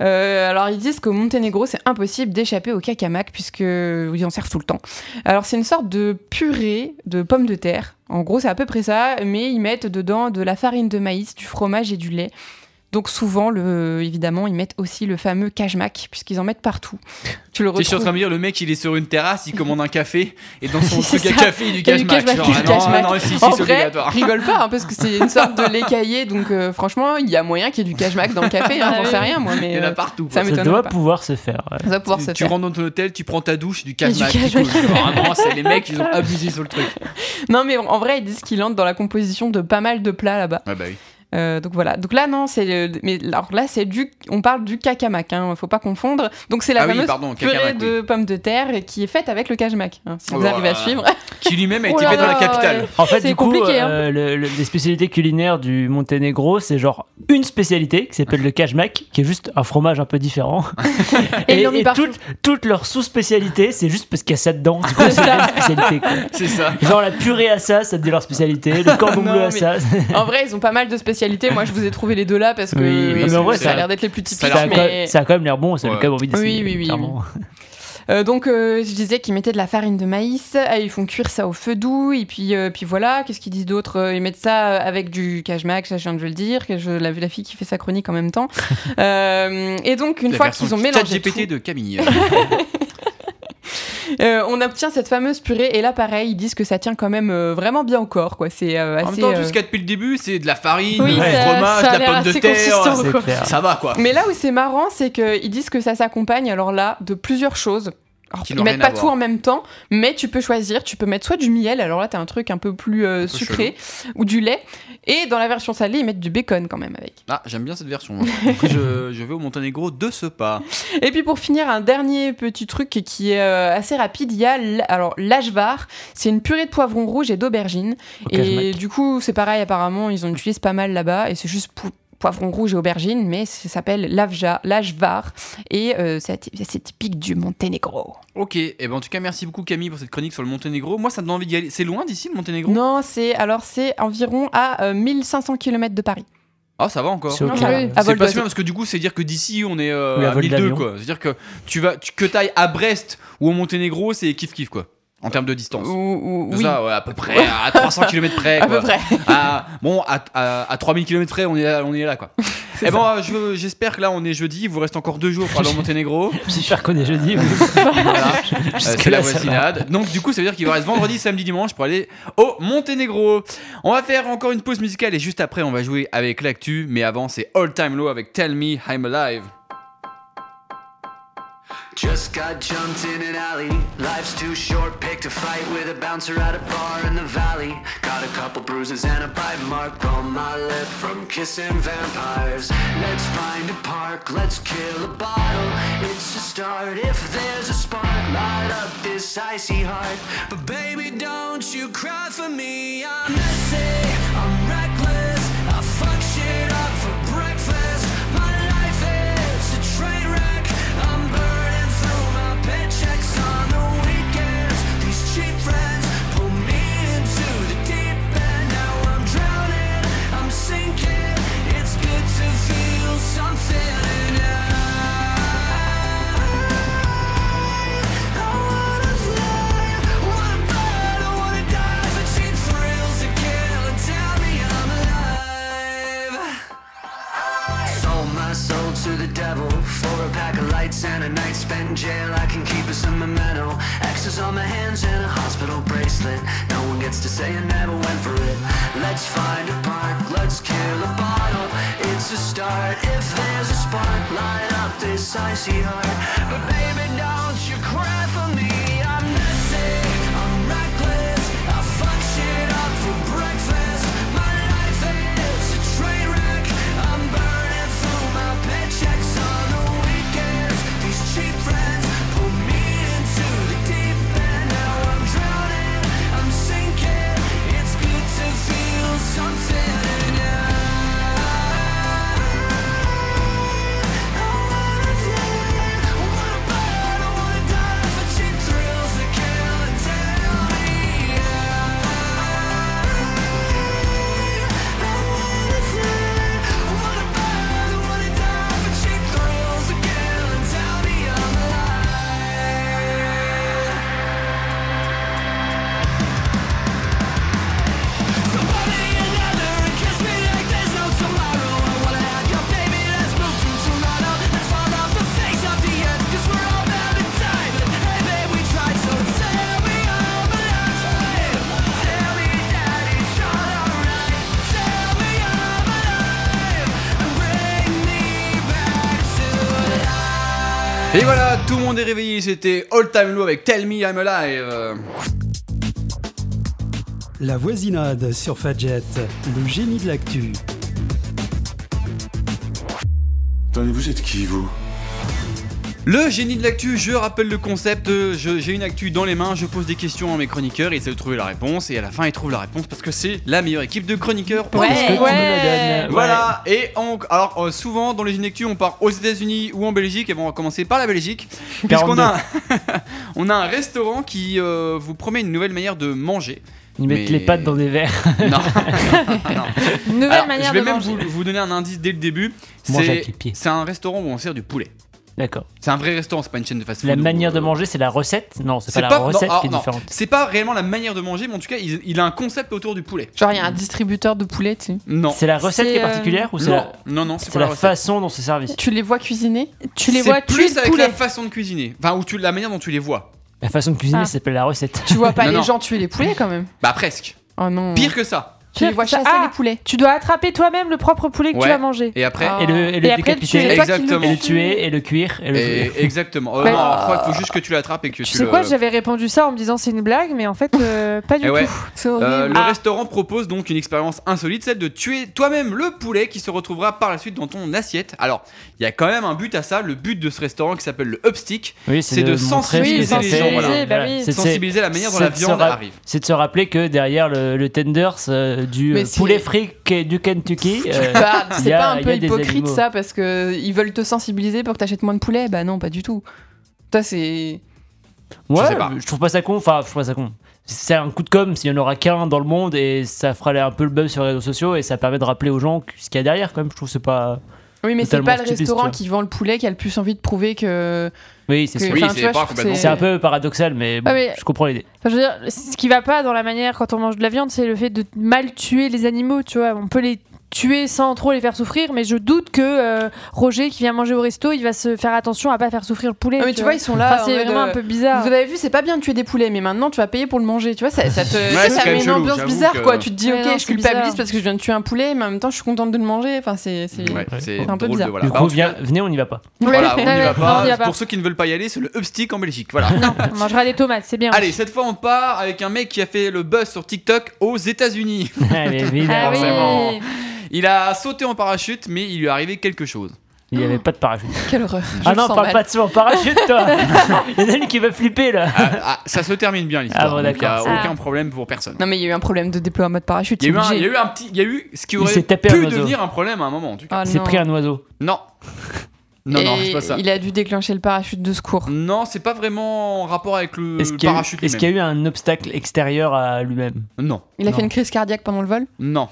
S2: Euh, alors, ils disent qu'au Monténégro, c'est impossible d'échapper au cacamak, puisqu'ils en servent tout le temps. Alors, c'est une sorte de purée de pommes de terre. En gros, c'est à peu près ça, mais ils mettent dedans de la farine de maïs, du fromage et du lait. Donc, souvent, le, évidemment, ils mettent aussi le fameux cajmac, puisqu'ils en mettent partout. Tu le
S1: Tu sais, je suis en
S2: retrouves.
S1: train de me dire, le mec, il est sur une terrasse, il commande un café, et dans son
S2: C'est
S1: truc à
S2: ça.
S1: café, il y a du
S2: Il y a du
S1: cashmack.
S2: cashback,
S1: Genre,
S2: il y a
S1: ah
S2: du
S1: non, ah
S2: cashback.
S1: non, si, si,
S2: en
S1: c'est
S2: vrai,
S1: obligatoire.
S2: rigole pas, hein, parce que c'est une sorte de lait caillé, donc euh, franchement, il y a moyen qu'il y ait du cashback dans le café, hein, j'en sais rien moi,
S1: Il
S2: mais
S1: y en
S2: euh,
S1: a partout.
S2: ça
S1: quoi.
S2: m'étonnerait
S3: Ça doit
S2: pas.
S3: pouvoir se faire. ouais.
S2: ça va pouvoir
S1: Tu-
S2: se
S1: tu
S2: faire.
S1: rentres dans ton hôtel, tu prends ta douche, du
S2: y a du
S1: cashmack. qui
S2: cashback.
S1: coule. Vraiment, Ah c'est les mecs, ils ont abusé sur le truc.
S2: Non, mais en vrai, ils disent qu'il entre dans la composition de pas mal de plats là-bas.
S1: Ouais, bah oui.
S2: Euh, donc voilà. Donc là, non, c'est. euh, Mais alors là, c'est du. On parle du cacamac, hein, faut pas confondre. Donc c'est la
S1: Ah oui,
S2: fameuse
S1: pardon,
S2: purée
S1: cacamac,
S2: de pommes de terre et qui est faite avec le cajamac. hein, si
S1: Oh
S2: vous
S1: là
S2: arrivez à
S1: là.
S2: suivre.
S1: Qui lui-même a
S4: Oh
S1: été
S4: là
S1: fait dans
S4: là,
S1: la capitale.
S4: ouais.
S3: En fait,
S4: C'est
S3: du coup,
S4: compliqué, hein.
S3: euh, le- le- les spécialités culinaires du Monténégro, c'est genre une spécialité qui s'appelle le kajmak, qui est juste un fromage un peu différent.
S4: Et ils l'ont mis partout.
S3: toutes, toutes leurs sous-spécialités, c'est juste parce qu'il y a ça dedans. Du coup, c'est leur spécialité. quoi.
S1: C'est ça.
S3: Genre la purée à ça, ça devient leur spécialité. Le cordon
S2: Non,
S3: bleu
S2: mais-
S3: à ça.
S2: En vrai, ils ont pas mal de spécialités. Moi, je vous ai trouvé les deux là parce que
S3: Oui, oui,
S2: parce
S3: mais en
S2: que
S3: vrai,
S2: ça a
S3: ça-
S2: l'air d'être les plus typiques.
S1: a
S3: Ça a, quand
S2: mais-
S3: même, ça a quand même l'air bon, ça
S1: Ouais.
S3: a quand même envie
S2: Oui,
S3: d'essayer.
S2: oui, oui,
S3: clairement.
S2: Euh, donc, euh, je disais qu'ils mettaient de la farine de maïs, euh, ils font cuire ça au feu doux, et puis, euh, puis voilà, qu'est-ce qu'ils disent d'autre Euh, Ils mettent ça euh, avec du cajmac, ça je viens de le dire, que je l'avais la fille qui fait sa chronique en même temps. Euh, et donc, une
S1: La
S2: fois
S1: version
S2: qu'ils ont mélangé
S1: ChatGPT
S2: tout, bah
S1: de Camille.
S2: euh, on obtient cette fameuse purée, et là, pareil, ils disent que ça tient quand même euh, vraiment bien au corps, quoi. C'est euh, assez...
S1: En même temps,
S2: euh,
S1: tout ce qu'il y a depuis le début, c'est de la farine,
S2: Oui,
S1: du
S2: ça-
S1: fromage,
S2: ça a
S1: de la
S2: l'air
S1: pomme de
S2: assez
S1: terre.
S2: consistant.
S3: C'est
S2: Quoi.
S3: clair.
S1: Ça va quoi.
S2: Mais là où c'est marrant, c'est qu'ils disent que ça s'accompagne, alors là, de plusieurs choses. Alors,
S1: Qui
S2: ils
S1: n'ont
S2: mettent
S1: rien
S2: pas
S1: à
S2: tout
S1: voir.
S2: en même temps, mais tu peux choisir. Tu peux mettre soit du miel, alors là, t'as un truc un peu plus euh,
S1: peu
S2: sucré, ou du lait. Et dans la version salée, ils mettent du bacon quand même avec.
S1: Ah, j'aime bien cette version. hein. je, je vais au Monténégro de ce pas.
S2: Et puis pour finir, un dernier petit truc qui est euh, assez rapide, il y a l- alors l'ajvar, c'est une purée de poivrons rouges et d'aubergines.
S3: Au
S2: Et
S3: kajmak.
S2: du coup, c'est pareil, apparemment, ils en utilisent pas mal là-bas, et c'est juste pou- poivrons rouges et aubergines, mais ça s'appelle l'avja- l'ajvar, et euh, c'est c'est typique du Monténégro.
S1: Ok, et ben en tout cas, merci beaucoup Camille pour cette chronique sur le Monténégro. Moi, ça me donne envie d'y aller. C'est loin d'ici le Monténégro
S2: Non, c'est alors c'est environ à euh, 1500 km de Paris.
S1: Ah, ça va encore.
S3: C'est au
S4: Non,
S3: Canada.
S4: oui.
S2: À
S1: C'est pas
S2: vol
S1: si
S2: d'oiseau.
S1: bien parce que du coup, c'est dire que d'ici on est euh,
S3: Oui, à
S1: à
S3: vol
S1: 1002
S3: d'avion.
S1: quoi. C'est-à-dire que tu vas, tu, que t'ailles à Brest ou au Monténégro, c'est kiff kiff quoi. En termes de distance.
S2: Ou- ou-
S1: C'est
S2: oui,
S1: ça, ouais, à peu près, Euh, à 300 km près.
S2: à
S1: quoi.
S2: peu près.
S1: Ah, bon, à, à, à 3000 km près, on est là, on est là quoi. Eh ben, euh, je- j'espère que là, on est jeudi. Il vous reste encore deux jours pour aller au Monténégro.
S3: J'espère qu'on est jeudi.
S1: Voilà, euh, c'est la
S3: Jusque-là, ça va.
S1: voisinade. Donc, du coup, ça veut dire qu'il vous reste vendredi, samedi, dimanche pour aller au Monténégro. On va faire encore une pause musicale et juste après, on va jouer avec l'actu. Mais avant, c'est All Time Low avec Tell Me I'm Alive.
S8: Just got jumped in an alley. Life's too short. Picked a fight with a bouncer at a bar in the valley. Got a couple bruises and a bite mark on my lip from kissing vampires. Let's find a park. Let's kill a bottle. It's a start. If there's a spark, light up this icy heart. But baby, don't you cry for me. I'm messy. I'm reckless. I fuck shit up for breakfast. My life is a train wreck. I'm burning through my paychecks on the weekends. These cheap friends pull me into the deep end. Now I'm drowning. I'm sinking. It's good to feel something. And I, I wanna fly, wanna burn, I wanna die for cheap thrills again. And tell me I'm alive. Sold my soul to the devil for a pack of lights and a night spent in jail. I can keep as a memento. X's on my hands and a hospital bracelet. No one gets to say I never went for it. Let's find a park, let's kill a bottle. It's a start. If there's a spark, light up this icy heart. But baby, don't you cry for me. I'm messy, I'm reckless. I fuck shit up for breakfast. My life is a train wreck. I'm burning through my paychecks on the weekends. These cheap friends pull me into the deep end. Now I'm drowning, I'm sinking. It's good to feel something. And I, I wanna fly, I wanna burn, I wanna die for cheap thrills that kill and tell me.
S1: Et voilà, tout le monde est réveillé. C'était All Time Low avec Tell Me I'm Alive.
S5: La voisinade sur Fadjet, le génie de l'actu.
S8: Attendez, vous êtes qui, vous
S1: Le génie de l'actu, je rappelle le concept, euh, je- j'ai une actu dans les mains, je pose des questions à mes chroniqueurs, ils essaient de trouver la réponse, et à la fin ils trouvent la réponse parce que c'est la meilleure équipe de chroniqueurs. au
S2: Ouais,
S1: monde.
S3: Est-ce que tu me la donnes
S1: Voilà, et on, alors euh, souvent dans les génies d'actu, on part aux États-Unis ou en Belgique, et bon, on va commencer par la Belgique, puisqu'on a, on a un restaurant qui euh, vous promet une nouvelle manière de manger.
S3: Ils mettent
S1: Mais-
S3: les pattes dans des verres.
S1: Non, non.
S2: Une nouvelle
S1: Alors,
S2: manière
S1: je vais
S2: de
S1: même
S2: manger.
S1: vous, vous donner un indice dès le début.
S3: Manger
S1: C'est
S3: avec les pieds.
S1: c'est un restaurant où on sert du poulet.
S3: D'accord.
S1: C'est un vrai restaurant, c'est pas une chaîne de fast-food.
S3: La
S1: où,
S3: manière de
S1: euh,
S3: manger, c'est la recette Non, c'est
S1: c'est
S3: pas la
S1: pas- non,
S3: recette
S1: alors,
S3: qui est
S1: non.
S3: différente.
S1: C'est pas réellement la manière de manger, mais en tout cas, il, il a un concept autour du poulet.
S2: Genre, il y a un distributeur de poulet, tu sais.
S1: Non.
S3: C'est la recette
S2: C'est,
S3: qui est
S2: euh, Ah.
S3: particulière ou c'est
S1: Non,
S3: la,
S1: non, non, c'est
S3: c'est
S1: pas
S3: la
S1: la recette.
S3: façon dont c'est servi
S2: Tu les vois cuisiner Tu les
S1: C'est
S2: vois tuer
S1: plus
S2: le
S1: avec
S2: poulet
S1: la façon de cuisiner. Enfin, ou tu, la manière dont tu les vois.
S3: La façon de cuisiner,
S2: Ah.
S3: ça s'appelle la recette.
S2: Tu vois pas
S1: Non,
S2: les
S1: non.
S2: gens tuer les poulets quand même
S1: Bah presque.
S2: Oh non.
S1: Pire que ça.
S2: Tu les vois
S4: Pire que ça.
S2: chasser
S4: Ah.
S2: les poulets.
S4: Tu dois attraper toi-même le propre poulet que
S1: Ouais.
S4: tu as mangé.
S1: Et après.
S2: Ah.
S3: Et le, et le
S4: Et après, le
S3: décapiter,
S4: tuer.
S3: et
S4: Toi qui le
S1: Exactement.
S3: le tuer, et le cuire, et le
S1: Et- exactement. Euh,
S2: Bah,
S1: non, alors, faut juste que tu l'attrapes et que tu.
S4: Tu sais
S1: le-
S4: quoi, j'avais répondu ça en me disant c'est une blague, mais en fait, euh, pas du
S1: Eh ouais.
S4: tout.
S2: C'est
S1: Euh,
S2: horrible.
S1: le restaurant propose donc une expérience insolite, celle de tuer toi-même le poulet qui se retrouvera par la suite dans ton assiette. Alors, il y a quand même un but à ça. Le but de ce restaurant qui s'appelle le Upstick,
S3: Oui,
S1: c'est de
S3: montrer ce que
S1: sensibiliser
S3: c'est.
S1: les gens, voilà.
S4: Sensibiliser, bah oui.
S3: C'est- c'est-
S1: sensibiliser la manière dont
S3: c'est
S1: la
S3: de se
S1: viande
S3: ra-
S1: arrive.
S3: C'est de se rappeler que derrière le, le tenders euh, du
S2: Mais
S3: euh,
S2: c'est-
S3: poulet frit que- du Kentucky, euh,
S2: Bah,
S3: il
S2: c'est
S3: y a-
S2: pas un
S3: il y a
S2: peu
S3: des
S2: hypocrite
S3: animaux.
S2: ça parce que ils veulent te sensibiliser pour que t'achètes moins de poulet Bah non, pas du tout. Toi, c'est.
S3: ouais,
S1: je sais pas.
S3: je trouve pas ça con. Enfin, je trouve pas ça con. C'est un coup de com s'il y en aura qu'un dans le monde et ça fera un peu le buzz sur les réseaux sociaux et ça permet de rappeler aux gens ce qu'il y a derrière quand même. Je trouve que c'est pas.
S2: Oui, mais c'est
S3: Totalement
S2: pas le
S3: stupide,
S2: restaurant
S3: tu vois.
S2: qui vend le poulet qui a le plus envie de prouver que.
S3: Oui, c'est
S2: que-
S3: sûr.
S1: Oui,
S2: enfin,
S1: c'est
S2: tu vois,
S1: pas
S2: je trouve que
S1: complètement-
S3: C'est un peu paradoxal, mais, bon,
S4: Ah, mais-
S3: je comprends l'idée.
S4: Enfin, je veux dire, ce qui va pas dans la manière quand on mange de la viande, c'est le fait de mal tuer les animaux, tu vois. On peut les tuer sans trop les faire souffrir, mais je doute que euh, Roger qui vient manger au resto, il va se faire attention à pas faire souffrir le poulet.
S2: Ah, mais tu vois, ils sont là.
S4: Enfin, c'est
S2: en mode,
S4: vraiment un
S2: euh,
S4: peu bizarre.
S2: Vous avez vu, c'est pas bien de tuer des poulets, mais maintenant tu vas payer pour le manger. Tu vois, ça, ça te
S1: c'est
S2: ça
S1: quand même
S2: met une
S1: chelou,
S2: ambiance
S1: j'avoue
S2: bizarre,
S1: que-
S2: quoi. Tu te dis,
S4: Ouais,
S2: ok,
S4: non,
S2: je
S4: c'est
S2: culpabilise
S4: bizarre.
S2: parce que je viens de tuer un poulet, mais en même temps, je suis contente de le manger. Enfin, c'est. c'est-
S1: Ouais, c'est
S2: un peu
S1: drôle de-
S2: bizarre.
S1: voilà.
S3: du
S1: Bah,
S3: coup,
S1: en tout cas,
S3: viens- venez, on y va pas.
S1: Voilà, on
S4: Ouais,
S1: n'y va
S4: ouais, non, on y
S1: pas.
S4: va
S1: Pour ceux qui ne veulent pas y aller, c'est le Upstick en Belgique. Voilà.
S4: On mangera des tomates, c'est bien.
S1: Allez, cette fois on part avec un mec qui a fait le buzz sur TikTok aux États-Unis.
S3: Ah, mais
S4: Ah
S3: évidemment,
S4: oui.
S1: forcément. Il a sauté en parachute, mais il lui est arrivé quelque chose.
S3: il n'y avait pas de parachute.
S2: Quelle horreur. Je
S3: ah
S2: le
S3: non,
S2: sens
S3: parle
S2: mal.
S3: pas de ça en parachute, toi Il y en a une qui va flipper là
S1: Ah, ah, ça se termine bien l'histoire.
S3: Ah bon,
S1: donc il n'y a
S3: d'accord.
S4: Ah.
S1: aucun problème pour personne.
S2: Non, mais il y a eu un problème de déploiement de parachute.
S1: Il y, a eu un,
S2: c'est
S1: il y a
S2: obligé.
S1: eu un petit, il y a eu ce qui
S3: Il
S1: aurait
S3: s'est tapé un
S1: pu
S3: oiseau.
S1: devenir un problème à un moment en tout cas.
S2: Ah,
S3: C'est
S2: non.
S3: pris un oiseau.
S1: Non, non, non, c'est
S2: Et
S1: pas ça.
S2: Il a dû déclencher le parachute de secours.
S1: Non, c'est pas vraiment en rapport avec le,
S3: Est-ce
S1: le
S3: qu'il y, a eu-
S1: parachute.
S3: est-ce qu'il y a eu un obstacle extérieur à lui-même
S1: lui-même. Non,
S2: Il a
S3: Non.
S2: fait une crise cardiaque pendant le vol.
S1: non.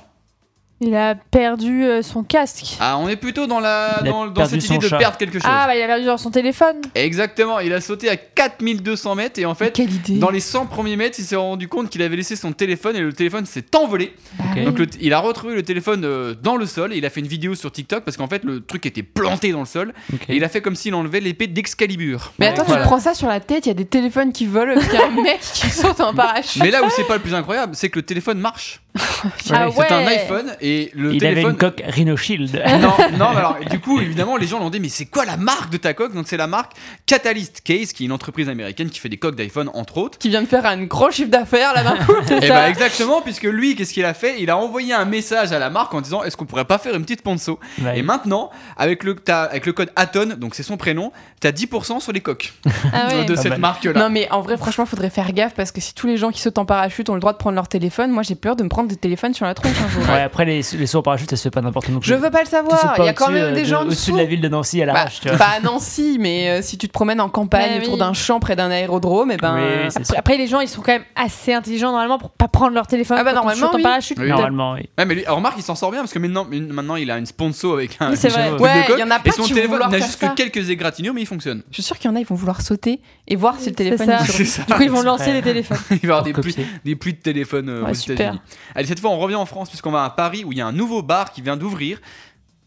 S4: Il a perdu euh, son casque.
S1: Ah, on est plutôt dans la,
S3: Il a
S1: dans, dans
S3: perdu
S1: cette idée
S3: son
S1: de
S3: chat.
S1: perdre quelque chose.
S4: Ah, bah il a perdu genre son téléphone.
S1: Exactement, il a sauté à 4200 mètres et en fait,
S2: Quelle idée.
S1: Dans les 100 premiers mètres, il s'est rendu compte qu'il avait laissé son téléphone et le téléphone s'est envolé.
S3: Ok.
S1: Donc le t- il a retrouvé le téléphone euh, dans le sol et il a fait une vidéo sur TikTok parce qu'en fait le truc était planté dans le sol
S3: Ok.
S1: et il a fait comme s'il enlevait l'épée d'Excalibur.
S2: Mais attends,
S1: Voilà.
S2: tu prends ça sur la tête, il y a des téléphones qui volent, il y a un mec qui saute en parachute.
S1: Mais là où c'est pas le plus incroyable, c'est que le téléphone marche.
S4: Ah
S1: C'est un
S4: ouais.
S1: iPhone et le
S3: Il avait
S1: téléphone.
S3: une coque Rhino Shield.
S1: non, non, mais alors du coup, évidemment, les gens l'ont dit, mais c'est quoi la marque de ta coque Donc c'est la marque Catalyst Case, qui est une entreprise américaine qui fait des coques d'iPhone entre autres.
S2: Qui vient de faire un gros chiffre d'affaires là d'un coup.
S1: Et bah exactement, puisque lui, qu'est-ce qu'il a fait Il a envoyé un message à la marque en disant est-ce qu'on pourrait pas faire une petite ponceau
S3: Ouais.
S1: Et maintenant, avec le, t'as- avec le code Aton, donc c'est son prénom, t'as 10% sur les coques
S4: Ah
S1: de,
S4: ouais.
S1: de
S3: Pas
S1: cette
S3: mal.
S1: marque-là.
S2: Non mais en vrai franchement faudrait faire gaffe parce que si tous les gens qui sautent en parachute ont le droit de prendre leur téléphone, moi j'ai peur de me prendre des téléphones sur la tronche un jour.
S3: Ouais, après, les, les sauts en parachute, ça se fait pas n'importe où. non plus.
S2: Je veux pas le
S3: Tu sautes
S2: savoir,
S3: pas
S2: il y a quand
S3: au-dessus,
S2: même
S3: euh,
S2: des gens en
S3: au-dessus
S2: dessous.
S3: de la ville de Nancy à
S2: Bah,
S3: l'arrache, tu vois.
S2: pas à Nancy, mais euh, si tu te promènes en campagne
S4: Ouais,
S2: autour
S4: oui.
S2: d'un champ près d'un aérodrome, et ben
S3: Oui, oui, c'est
S4: Après, après, les gens, ils sont quand même assez intelligents normalement pour pas prendre leur téléphone.
S2: Ah bah,
S4: quand on
S2: normalement,
S4: saute en
S2: oui.
S4: parachute.
S1: Oui.
S3: Normalement, oui.
S1: Ouais, mais lui, alors, remarque, il s'en sort bien parce que maintenant, une- maintenant il a une sponsor avec un.
S4: Oui, c'est vrai.
S1: truc de
S2: Ouais,
S1: coque,
S2: il y en a
S1: Et
S2: plein
S1: son
S2: qui vont
S1: téléphone
S2: vouloir
S1: n'a
S2: faire
S1: juste
S2: ça.
S1: que quelques égratignures, mais il fonctionne.
S2: je suis sûr qu'il y en a ils vont vouloir sauter et voir si le téléphone
S4: ça.
S2: est sur-
S1: C'est ça.
S4: Du coup, ils vont lancer les téléphones.
S1: Il va y avoir des
S3: Pour
S1: pluies,
S3: copier.
S1: des pluies de téléphones euh,
S4: Ouais,
S1: aux
S4: super.
S1: États-Unis. Allez, cette fois, on revient en France puisqu'on va à Paris où il y a un nouveau bar qui vient d'ouvrir,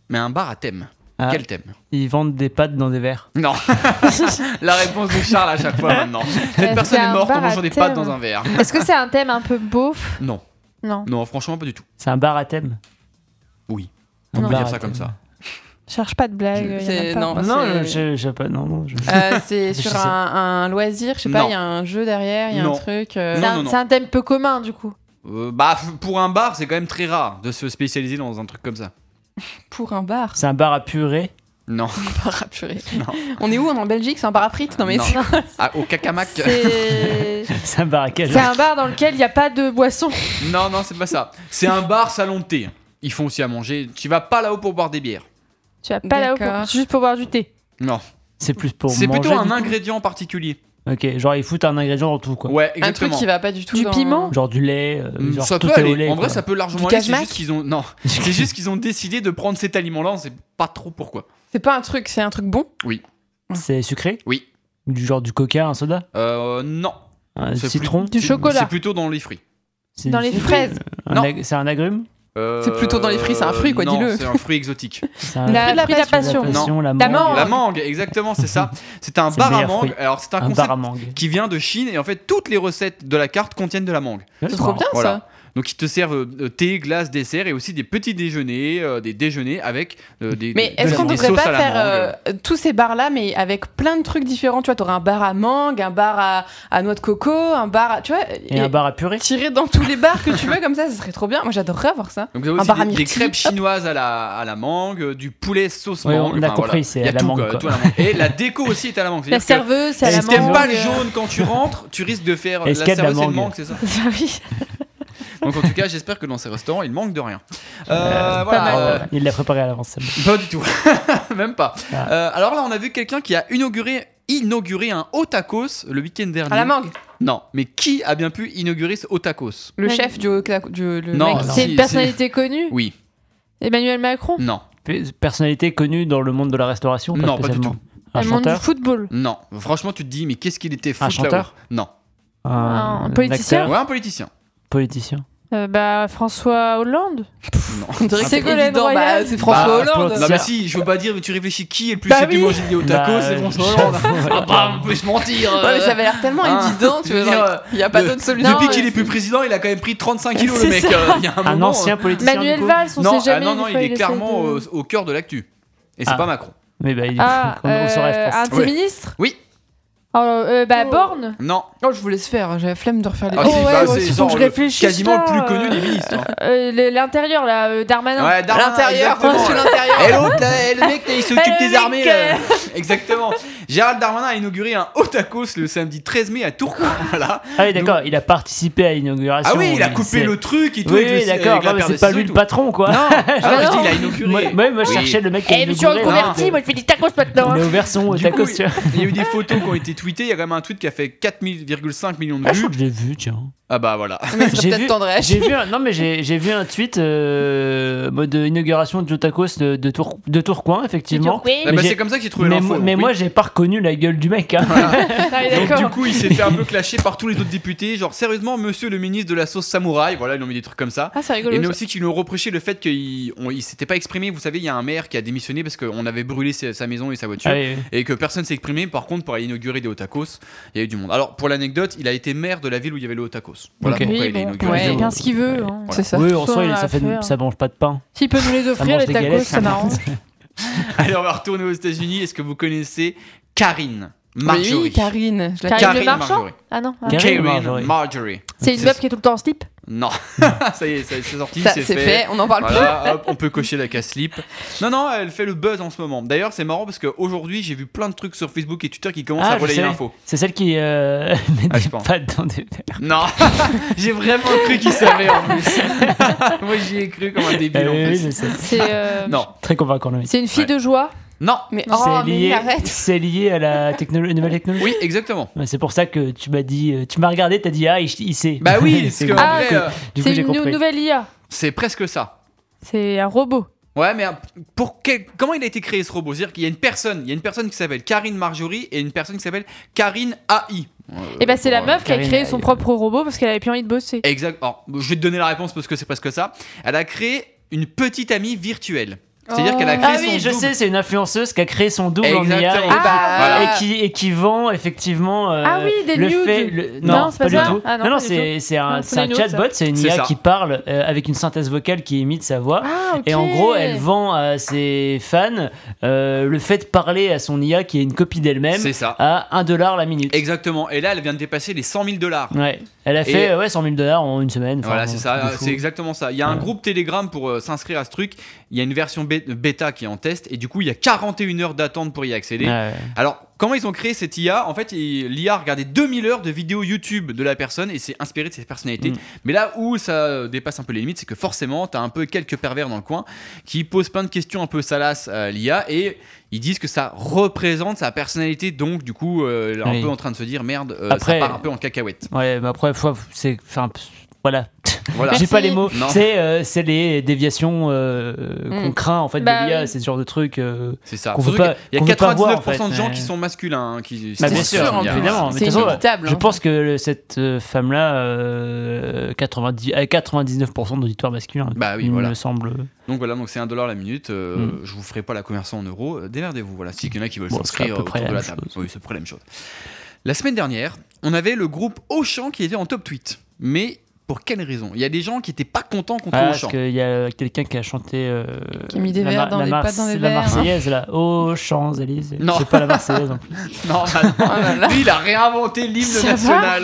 S1: mais un bar à thème.
S3: Ah,
S1: Quel thème
S3: Ils vendent des pâtes dans des verres.
S1: Non. la réponse de Charles à chaque fois maintenant. Cette
S4: c'est
S1: personne est
S4: un
S1: morte en
S4: bar à
S1: mangeant des
S4: thème.
S1: pâtes dans un verre.
S4: Est-ce que c'est un thème un peu beauf
S1: Non.
S4: Non.
S1: Non, franchement, pas du tout.
S3: C'est un bar à thème
S1: Oui.
S3: Un
S4: On peut
S1: On peut
S3: bar
S1: dire
S3: à
S1: ça comme
S3: thème.
S1: ça.
S4: Cherche pas de blague.
S2: C'est-
S4: y en a pas.
S2: non.
S3: Ah, Non,
S2: C'est-
S3: je, je sais pas. Non, non. je-
S2: Euh, c'est
S3: Je
S2: sur
S3: sais.
S2: un, un loisir, je sais pas,
S1: Non.
S2: il y a un jeu derrière, il y a
S1: Non.
S2: un truc. euh,
S4: C'est
S1: Non,
S4: un-
S1: non, non.
S4: c'est un thème peu commun du coup.
S1: Euh, bah, f- pour un bar, c'est quand même très rare de se spécialiser dans un truc comme ça.
S2: Pour un bar.
S3: C'est un bar à purée.
S1: Non.
S2: Parapurée. On est où On est en Belgique C'est un parafrite Non mais
S1: Non.
S2: c'est-
S1: Ah, au cacamac
S4: C'est
S3: C'est un barracage.
S4: c'est un bar dans lequel il n'y a pas de boisson.
S1: Non, non, c'est pas ça. C'est un bar salon de thé. Ils font aussi à manger. Tu vas pas là-haut pour boire des bières.
S4: Tu vas pas là-haut pour-
S2: D'accord.
S4: juste pour boire du thé.
S1: Non.
S3: C'est plus pour
S1: C'est
S3: manger,
S1: plutôt un
S3: du coup.
S1: ingrédient particulier.
S3: Ok, genre ils foutent un ingrédient dans tout quoi.
S1: Ouais,
S2: un truc
S1: exactement.
S2: qui va pas du tout
S4: Du
S2: dans-
S4: piment
S3: Genre du lait, euh,
S1: Mm,
S3: genre
S1: ça
S3: tout
S1: peut
S3: est au
S1: aller.
S3: lait.
S1: En vrai,
S3: quoi.
S1: ça peut largement
S2: Du
S1: aller. C'est
S2: cashmac
S1: juste qu'ils ont. Non. C'est juste qu'ils ont décidé de prendre cet aliment-là. On sait pas trop pourquoi.
S2: C'est pas un truc, c'est un truc bon.
S3: C'est sucré
S1: Oui.
S3: Du genre du coca, un soda,
S1: Euh, non.
S3: un
S1: C'est
S3: citron.
S1: plus-
S4: Du chocolat.
S1: C'est plutôt dans les fruits.
S3: C'est
S2: Dans
S3: du
S2: les
S3: sucre
S2: fraises.
S3: Un
S1: Non.
S3: ag- C'est un agrume
S1: Euh,
S2: C'est plutôt dans les fruits, c'est un fruit, quoi,
S1: non,
S2: dis-le.
S1: C'est un fruit exotique.
S3: C'est un
S4: La-
S3: fruit
S4: fruit de la passion.
S3: la
S4: La
S3: mangue.
S1: La mangue, exactement, c'est ça. C'est un
S3: C'est le
S1: bar à
S3: meilleur
S1: mangue.
S3: fruit.
S1: Alors, c'est un,
S3: Un
S1: concept
S3: bar à mangue.
S1: qui vient de Chine et en fait, toutes les recettes de la carte contiennent de la mangue.
S2: C'est trop bien
S1: Voilà.
S2: ça.
S1: Donc ils te servent euh, thé, glace, dessert et aussi des petits déjeuners, euh, des déjeuners avec euh, des
S2: Mais
S1: des-
S2: est-ce qu'on
S1: des
S2: devrait
S1: sauces
S2: pas
S1: à la
S2: faire
S1: mangue.
S2: euh, tous ces bars là, mais avec plein de trucs différents Tu vois, t'aurais un bar à mangue, un bar à, à noix de coco, un bar, à, tu vois,
S3: Et, un bar à purée.
S2: tirer dans tous les bars que tu veux comme ça, ce serait trop bien. Moi, j'adorerais avoir ça.
S1: Donc, vous avez aussi
S2: bar à
S1: des, des
S2: myrtille,
S1: crêpes chinoises à la, à la mangue, euh, du poulet sauce
S3: Ouais,
S1: mangue.
S3: on a
S1: enfin,
S3: compris,
S1: voilà.
S3: c'est
S1: Il y a
S3: à la
S1: tout,
S3: mangue,
S1: quoi,
S3: quoi.
S1: tout à la mangue. Et la déco aussi est à la mangue.
S4: La
S1: C'est-à-dire que
S4: serveuse, c'est à la
S1: Si t'aimes
S4: mangue. euh.
S1: pas le jaune quand tu rentres, tu risques de faire
S3: Est-ce
S1: la
S3: qu'il y a de la
S1: serveuse et le
S3: mangue
S1: mangue, c'est ça
S4: Ah oui.
S1: Donc en tout cas, j'espère que dans ces restaurants, il manque de rien. Euh, voilà,
S4: pas mal.
S1: euh,
S3: Il l'a préparé à l'avance. c'est bon.
S1: Pas du tout, même pas.
S3: Ah.
S1: Euh, alors là, on a vu quelqu'un qui a inauguré, inauguré un haut tacos le week-end dernier.
S2: À la mangue.
S1: Non, mais qui a bien pu inaugurer ce haut tacos
S2: Le
S4: Ouais.
S2: chef du, du le
S1: Non,
S2: mec.
S1: Oh, non.
S4: C'est
S1: Si,
S4: une personnalité connue.
S1: Oui,
S4: Emmanuel Macron.
S1: non,
S3: Pe- Personnalité connue dans le monde de la restauration
S1: Non, pas du
S3: spécialement.
S1: tout.
S3: Un
S4: le monde du
S3: chanteur
S4: football.
S1: non. Franchement, tu te dis, mais qu'est-ce qu'il était fou
S3: Un chanteur
S1: Non.
S4: Un politicien
S3: acteur,
S1: Ouais, un politicien.
S3: Politicien.
S4: Euh, bah, François Hollande.
S1: Non.
S2: On dirait que c'est
S4: Ségolène
S2: évident,
S4: Royal.
S2: bah, c'est François
S3: Bah,
S2: Hollande.
S1: Non, mais si, je veux pas dire, mais tu réfléchis qui est le plus
S4: Bah
S1: sait plus
S4: oui.
S1: manger des hauts tacos,
S3: Bah,
S1: c'est
S3: euh,
S1: François Hollande.
S3: j'avoue,
S1: Ah bah, on peut se mentir.
S2: Ouais, mais
S1: euh.
S2: ça avait l'air tellement
S1: Hein.
S2: évident, tu
S1: Je veux
S2: vois.
S1: dire,
S2: genre, Il n'y
S4: Ah bah,
S2: a pas
S1: le-
S2: d'autre solution.
S1: Depuis
S4: Non,
S1: qu'il
S4: mais-
S1: est plus président, il a quand même pris 35 kilos, le mec.
S4: C'est ça.
S1: euh, il y a un
S3: Un
S1: moment,
S3: ancien politicien. du
S4: Manuel
S3: coup.
S4: Valls, on
S1: Non,
S4: sait
S1: ah
S4: jamais.
S1: non,
S4: des
S1: non,
S4: fois,
S1: il est
S4: essaie
S1: clairement
S4: de-
S1: au, au cœur de l'actu. Et c'est
S3: Ah.
S1: pas Macron.
S3: Mais bah, il est
S4: Ah,
S3: on, on saurait,
S4: euh,
S3: je pense.
S4: un de ses
S1: Ouais.
S4: ministres
S1: Oui.
S4: Oh, euh, bah, Borne.
S1: Non.
S2: Oh, je vous laisse faire, j'avais flemme de refaire les.
S1: Ah,
S4: Oh
S1: si,
S4: ouais,
S1: bah,
S4: moi
S1: c'est
S4: aussi, faut
S1: genre
S4: que je
S1: le-
S4: réfléchisse,
S1: quasiment
S4: là,
S1: le plus connu
S4: euh.
S1: des ministres. hein.
S4: Euh, le- L'intérieur, là, euh, Darmanin.
S1: Ouais, Darmanin,
S2: L'intérieur,
S1: exactement.
S2: monsieur l'intérieur.
S1: Et l'autre, là, et le mec, là, il
S4: Et
S1: s'occupe
S4: le
S1: des
S4: mec,
S1: armées.
S4: euh.
S1: là. Exactement. Gérald Darmanin a inauguré un Otakos le samedi 13 mai à Tourcoing. Voilà.
S3: Ah oui, d'accord, il a participé à l'inauguration.
S1: Ah oui, il a coupé
S3: c'est-
S1: le truc et tout.
S3: Oui,
S1: avec le-
S3: oui, d'accord,
S1: avec la
S3: non, mais
S1: paire de
S3: c'est pas
S1: ciseaux
S3: lui
S1: et
S3: le
S1: tout.
S3: patron, quoi.
S1: Non, Ah ouais, je dis, il a
S3: Moi,
S1: inauguré.
S3: moi, je
S1: Oui.
S3: cherchais le mec qui a
S4: Eh, monsieur
S3: inauguré.
S4: reconverti, moi je fais des tacos maintenant. hein.
S3: On est ouvert son
S1: Du
S3: tacos,
S1: coup,
S3: tu vois.
S1: Il y a eu des photos qui ont été tweetées. Il y a quand même un tweet qui a fait 4,5 millions de
S3: Ah, je crois
S1: vues.
S3: que je l'ai vu, tiens.
S1: Ah bah voilà.
S2: Mais c'est
S3: J'ai
S2: peut-être
S3: vu-
S2: tendresse.
S3: J'ai vu, un- non mais j'ai j'ai vu un tweet euh, mode inauguration de Jotacos euh, de, de, Tour, de Tourcoing effectivement.
S4: Oui,
S1: Ah bah,
S3: j'ai-
S1: c'est comme ça que j'ai trouvé
S3: Mais,
S1: l'info.
S3: mo- mais
S1: donc,
S3: moi
S1: oui.
S3: j'ai pas reconnu la gueule du mec. hein.
S1: Donc,
S4: Ah, d'accord.
S1: du coup, il s'est fait un peu clasher par tous les autres députés. Genre, sérieusement, monsieur le ministre de la sauce samouraï. Voilà, ils ont mis des trucs comme ça.
S4: Ah, c'est
S1: Et
S4: rigolo.
S1: mais
S4: ça.
S1: aussi qu'ils nous ont reproché le fait qu'il on- il s'était pas exprimé. Vous savez, il y a un maire qui a démissionné parce qu'on avait brûlé sa, sa maison et sa voiture.
S3: Ah oui, oui.
S1: Et que personne s'est exprimé. Par contre, pour aller inaugurer des Otakos, il y a eu du monde. Alors, pour l'anecdote, il a été maire de la ville où il y avait le Otakos. Voilà
S3: Ok.
S1: pourquoi
S4: Oui,
S1: il a
S4: bon,
S1: inauguré.
S2: ouais.
S4: il fait
S1: Voilà.
S4: bien ce qu'il veut. hein.
S2: C'est ça.
S3: Oui, en
S4: Soit
S3: soi
S4: on
S3: il-
S4: a
S3: ça, fait,
S4: affaire.
S3: ça mange pas de pain.
S4: S'il peut nous les offrir,
S3: mange
S4: les
S3: des
S4: tacos,
S3: galettes.
S4: ça m'arrange.
S1: Alors, on va retourner aux États-Unis. Est-ce que vous connaissez Karine Marjorie
S2: Oui, Karine. Je la
S4: Karine
S1: Karine
S4: Le Marchand
S1: Marjorie.
S4: Ah non. ah.
S3: Karine
S1: Karine
S3: Marjorie.
S1: Marjorie.
S4: C'est une
S1: C'est-
S4: meuf qui est tout le temps en slip.
S1: Non, ça y est, ça- c'est sorti,
S2: Ça,
S1: c'est
S2: c'est
S1: fait.
S2: fait. on en parle
S1: Voilà, hop, on peut cocher la casse slip. Non, non, elle fait le buzz en ce moment. D'ailleurs, c'est marrant parce qu'aujourd'hui, j'ai vu plein de trucs sur Facebook et Twitter qui commencent
S3: Ah,
S1: à
S3: je
S1: relayer
S3: sais.
S1: l'info.
S3: C'est celle qui euh, met
S1: Ah, je
S3: des
S1: pense.
S3: pattes dans des verres.
S1: Non, j'ai vraiment cru qu'il savait en plus. Moi, j'y ai cru comme un débile
S3: Ah
S1: en
S3: oui, oui,
S1: plus.
S3: mais c'est
S4: C'est euh,
S1: Non,
S3: très convaincant le mec.
S4: c'est une fille
S1: Ouais.
S4: de joie.
S1: non,
S2: plus. Mais
S4: Non,
S2: oh,
S3: C'est
S2: mais
S3: lié,
S2: arrête.
S3: c'est lié à la technolo- nouvelle technologie.
S1: oui, exactement.
S3: Ouais, C'est pour ça que tu m'as dit, euh, tu m'as regardé, t'as dit ah il, il sait.
S1: Bah oui, parce
S3: C'est
S1: que
S3: bon.
S4: Ah,
S1: après,
S4: oui.
S1: euh,
S3: Du coup,
S4: C'est
S3: j'ai
S4: une nou-
S3: compris.
S4: nouvelle IA.
S1: c'est presque ça.
S4: C'est un robot.
S1: Ouais, mais euh, pour quel- comment il a été créé ce robot C'est-à-dire qu'il y a une personne, il y a une personne qui s'appelle Karine Marjorie et une personne qui s'appelle Karine AI.
S4: Et bah, c'est la meuf qui a
S3: Karine,
S4: créé son
S3: elle-
S4: propre robot parce qu'elle avait plus envie de bosser.
S1: Exact. Alors, je vais te donner la réponse parce que c'est presque ça. Elle a créé une petite amie virtuelle. C'est-à-dire
S2: Oh.
S1: qu'elle a créé
S3: Ah
S1: son
S3: oui, je
S1: double.
S3: sais, c'est une influenceuse qui a créé son double en IA et,
S1: Exactement.
S2: Ah, bah,
S1: Voilà.
S3: et qui, et qui vend effectivement euh,
S4: Ah oui, des
S3: le
S4: nudes.
S3: fait le-
S4: Non,
S3: non,
S4: c'est
S3: pas,
S4: pas
S3: du
S4: ça.
S3: tout
S4: Ah non,
S3: non,
S4: pas du
S3: c'est c'est un,
S4: Non, c'est
S3: c'est un
S4: des nudes, ça.
S3: chatbot c'est une
S1: C'est
S3: IA
S1: ça.
S3: qui parle euh, avec une synthèse vocale qui imite sa voix
S4: Ah, ok.
S3: et en gros elle vend à ses fans euh, le fait de parler à son IA qui est une copie d'elle-même
S1: C'est ça.
S3: à 1 dollar la minute
S1: Exactement. Et là, elle vient de dépasser les 100 000 dollars.
S3: ouais elle a fait
S1: Et-
S3: euh, ouais 100 000 dollars en une semaine enfin,
S1: Voilà, c'est
S3: un
S1: ça,
S3: truc de fou.
S1: c'est exactement ça. Il y a un groupe Telegram pour euh, s'inscrire à ce truc. Il y a une version bêta bê- bêta qui est en test et du coup il y a 41 heures d'attente pour y accéder. Alors, comment ils ont créé cette IA En fait, il- l'IA a regardé 2000 heures de vidéos YouTube de la personne et s'est inspiré de ses personnalités.
S3: Mm.
S1: Mais là où ça euh, dépasse un peu les limites, c'est que forcément, t'as un peu quelques pervers dans le coin qui posent plein de questions un peu salaces à l'IA et ils disent que ça représente sa personnalité. Donc, du coup, euh, elle est un
S3: Oui.
S1: peu en train de se dire merde, euh,
S3: Après-
S1: ça part un peu en cacahuète.
S3: Ouais, mais après, faut- c'est. Enfin, pff, voilà.
S1: Voilà.
S3: J'ai pas les mots.
S1: Non.
S3: C'est euh, c'est les déviations euh, qu'on
S2: Mm.
S3: craint en fait
S4: Bah
S3: de l'IA,
S4: oui.
S3: c'est ce genre de truc. euh,
S1: C'est ça.
S3: qu'on
S1: Surtout
S3: veut pas-
S1: qu'il y a
S3: qu'on veut pas voir, en
S1: 99%
S3: fait,
S1: de gens
S3: mais-
S1: qui sont masculins. hein, qui,
S3: Bah,
S1: c'est
S3: bien
S1: sûr,
S3: sûr,
S1: il y a-
S3: évidemment. mais de
S2: C'est
S3: toute façon,
S2: inévitable.
S3: Je
S2: hein.
S3: pense que le- cette euh, femme-là, euh, 90, à 99% d'auditoire masculin,
S1: Bah oui,
S3: il
S1: voilà.
S3: me semble.
S1: Donc voilà, donc c'est 1$ la minute. euh, Je vous ferai pas la conversion en euros. euh, Démerdez-vous. Voilà, s'il y en a qui veulent
S3: Hmm. Bon, c'est à
S1: s'inscrire euh,
S3: peu
S1: autour
S3: près la
S1: de la
S3: même
S1: table.
S3: chose.
S1: Oui, c'est à peu près la même chose. La semaine dernière, on avait le groupe Auchan qui était en top tweet. Mais pour quelle raison Il y a des gens qui étaient pas contents contre
S3: Ah, parce
S1: Auchan.
S3: qu'il y a quelqu'un qui a chanté. euh,
S2: Qui a mis des
S3: la
S2: verres
S3: Mar-
S2: dans
S3: la
S2: les-
S3: Marse-
S2: pas dans les
S3: La
S2: verres, hein.
S3: Marseillaise, là. Oh, Champs-Élysées.
S1: Non.
S3: C'est pas la Marseillaise en plus.
S1: Non,
S2: Oh
S3: Ah
S2: là là.
S1: lui, il a réinventé l'hymne
S4: Ça va
S1: national.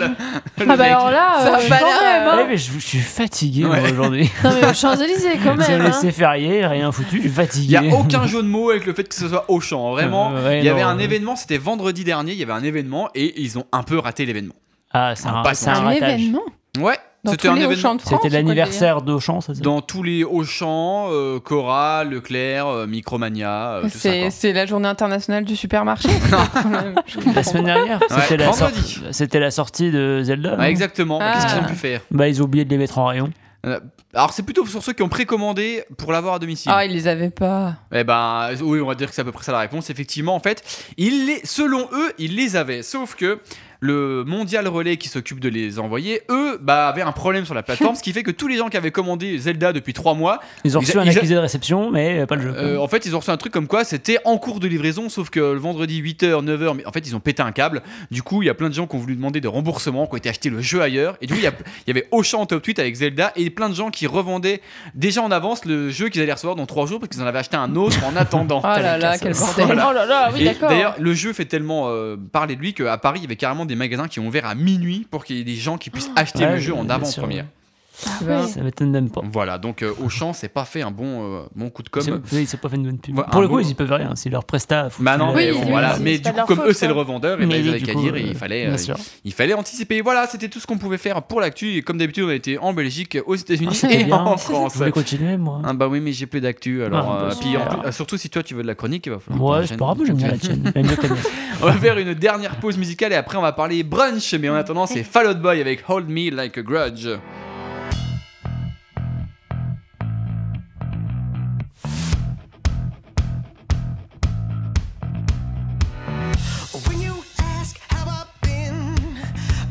S1: Le
S4: Ah bah
S1: mec.
S4: alors là,
S2: Ça
S4: euh,
S2: va
S4: quand
S2: là,
S4: même, hein.
S3: Ouais, Eh, mais je, je suis fatigué moi,
S1: Ouais.
S3: aujourd'hui.
S4: Non mais aux Champs-Élysées quand
S3: Ils ont
S4: même. hein.
S3: laissé férié, rien foutu, je suis
S1: Il y
S3: fatigué.
S1: a aucun jeu de mots avec le fait que ce soit Auchan. Vraiment,
S3: Euh, ouais,
S1: il y avait
S3: non,
S1: un
S3: ouais.
S1: événement. C'était vendredi dernier. Il y avait un événement et ils ont un peu raté l'événement.
S3: Ah, c'est
S1: On
S3: un,
S1: passe
S4: hein.
S3: c'est un
S2: un
S3: ratage.
S2: événement
S1: Ouais,
S2: dans
S1: c'était
S2: tous
S1: un
S2: les
S1: événement.
S2: Auchan de France.
S3: C'était
S2: ou quoi,
S3: l'anniversaire d'Auchan, ça c'est
S1: Dans tous les Auchan, euh, Cora, Leclerc, euh, Micromania, euh,
S2: d'ailleurs
S1: tout ça. quoi.
S2: C'est c'est la journée internationale du supermarché. Je comprends
S3: La semaine dernière, c'était la,
S1: vendredi.
S3: sortie- c'était la sortie de Zelda.
S1: Ouais,
S3: non
S1: exactement. Mais Qu'est-ce
S2: Ah.
S1: qu'ils ont pu faire
S3: Bah, ils ont oublié de les mettre en rayon.
S1: Alors, c'est plutôt sur ceux qui ont précommandé pour l'avoir à domicile.
S2: Ah, ils les avaient pas.
S1: Eh ben, oui, on va dire que c'est à peu près ça la réponse. Effectivement, en fait, ils les, selon eux, ils les avaient. Sauf que le mondial relais qui s'occupe de les envoyer, eux, bah, avaient un problème sur la plateforme, ce qui fait que tous les gens qui avaient commandé Zelda depuis trois mois,
S3: Ils ont
S1: Ils-
S3: reçu un
S1: ils-
S3: accusé de réception, mais euh, pas le jeu.
S1: euh, en fait, ils ont reçu un truc comme quoi c'était en cours de livraison, sauf que le vendredi 8h, 9h, mais en fait, ils ont pété un câble. Du coup, il y a plein de gens qui ont voulu demander des remboursements, qui ont été acheter le jeu ailleurs. Et du coup, il y, a- il y avait Auchan en top tweet avec Zelda et plein de gens qui revendaient déjà en avance le jeu qu'ils allaient recevoir dans 3 jours parce qu'ils en avaient acheté un autre en attendant.
S2: Oh là là, quel bordel.
S1: Voilà.
S4: Oh là là,
S3: Ah
S4: oui
S1: Et
S4: d'accord.
S1: D'ailleurs, le jeu fait tellement euh, parler de lui qu'à Paris, il y avait carrément des magasins qui ont ouvert à minuit pour qu'il y ait des gens qui puissent acheter
S3: Ah. Ouais,
S1: le jeu en
S3: bien sûr.
S1: avant-première.
S2: Tu vois.
S3: Ça m'étonne même pas.
S1: Voilà, donc euh, Auchan, c'est pas fait un bon, euh, bon coup de
S3: Ils
S1: com'.
S3: ont- Ils ont pas fait une bonne pub.
S1: Ouais,
S3: Pour
S1: Bah, un
S3: le coup,
S1: beau-
S3: ils y peuvent rien. C'est leur presta. faut
S1: Bah
S3: qu'ils
S1: non,
S3: le-
S1: mais
S4: Oui,
S1: bon,
S4: oui,
S1: voilà.
S4: oui,
S1: Mais
S4: c'est
S1: du
S4: pas
S1: coup,
S4: de leur
S1: comme
S4: faute,
S1: eux, c'est le
S4: quoi.
S1: revendeur, et bah,
S3: Mais
S1: ils
S3: oui,
S1: avaient
S3: du
S1: qu'à
S3: coup,
S1: dire, et
S3: euh,
S1: il fallait,
S3: bien
S1: euh,
S3: sûr.
S1: il fallait anticiper. Voilà, c'était tout ce qu'on pouvait faire pour l'actu. Et comme d'habitude, on a été en Belgique, aux
S3: Ah,
S1: États-Unis
S3: c'était
S1: et
S3: bien.
S1: en
S3: Je
S1: France.
S3: voulais continuer, moi.
S1: Ah bah oui, mais j'ai plus d'actu. Alors,
S3: Ah,
S1: euh,
S3: bah,
S1: puis en
S3: super.
S1: plus- ah, surtout si toi tu veux de la chronique, il va falloir.
S3: Ouais,
S1: que j'enchaîne.
S3: c'est pas grave, j'aime bien la tienne. J'aime bien connaître.
S1: On va faire une dernière pause musicale et après on va parler brunch. Mais en attendant, c'est Fall Out Boy avec Hold Me Like a Grudge.
S9: When you ask how I've been,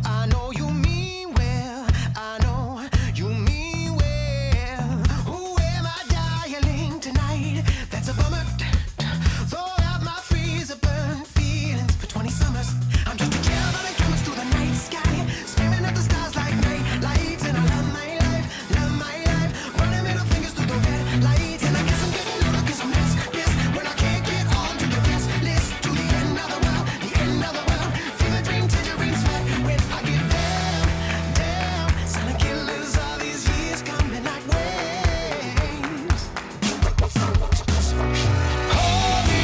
S9: I know you mean well. I know you mean well. Who am I dialing tonight? That's a bummer. Throw out my freezer, burn feelings for 20 summers. I'm just a child that comes through the night sky, staring at the stars like night lights. And I love my life, love my life. Running middle fingers through the red lights. And I guess I'm getting older 'cause I'm less, less when I can't get on to the rest list to the end of the world, the end of the world. Fever dream, tangerine sweat when I get down, down. Silent killers, all these years coming like waves. Hold me,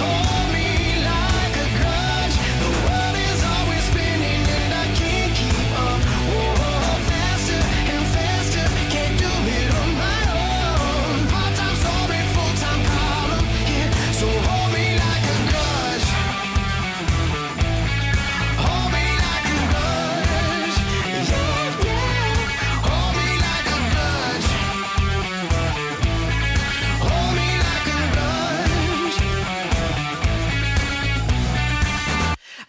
S9: hold me like a grudge. The world is always spinning and I can't keep up. Oh, faster and faster, can't do it on my own. Part-time story, full-time problem. Yeah, so hold me like a grudge. Hold me like a grudge. Yeah, yeah. Hold me like a grudge. Hold me like a grudge.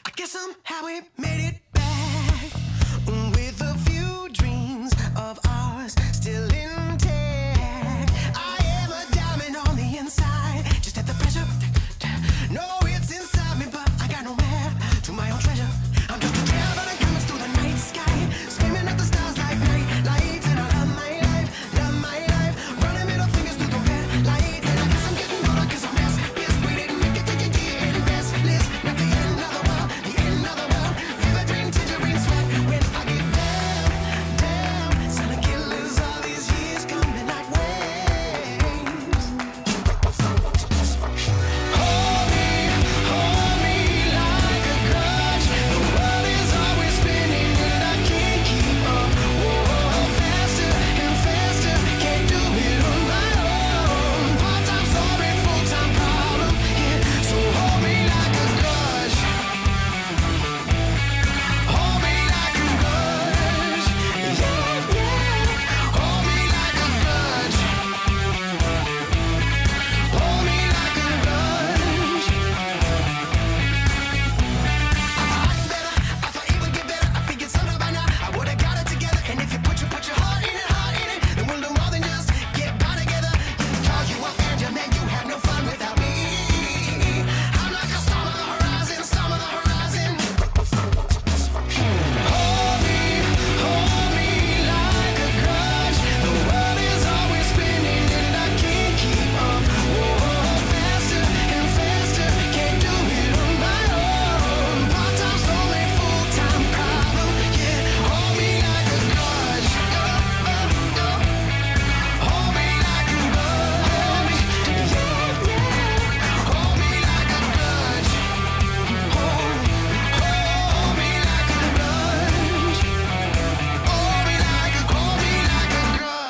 S9: I guess somehow we made it back with a few dreams of ours still intact. I am a diamond on the inside, just at the pressure. No, it's inside me, but I got no map to my own treasure. I'm just a cloud that comes through the night sky, screaming at the stars like night lights. And I love my life, love my life, running middle fingers through the red light. And I guess I'm getting older 'cause I'm less, less, we didn't make it to the end, restless, not the end of the world, the end of the world. Fever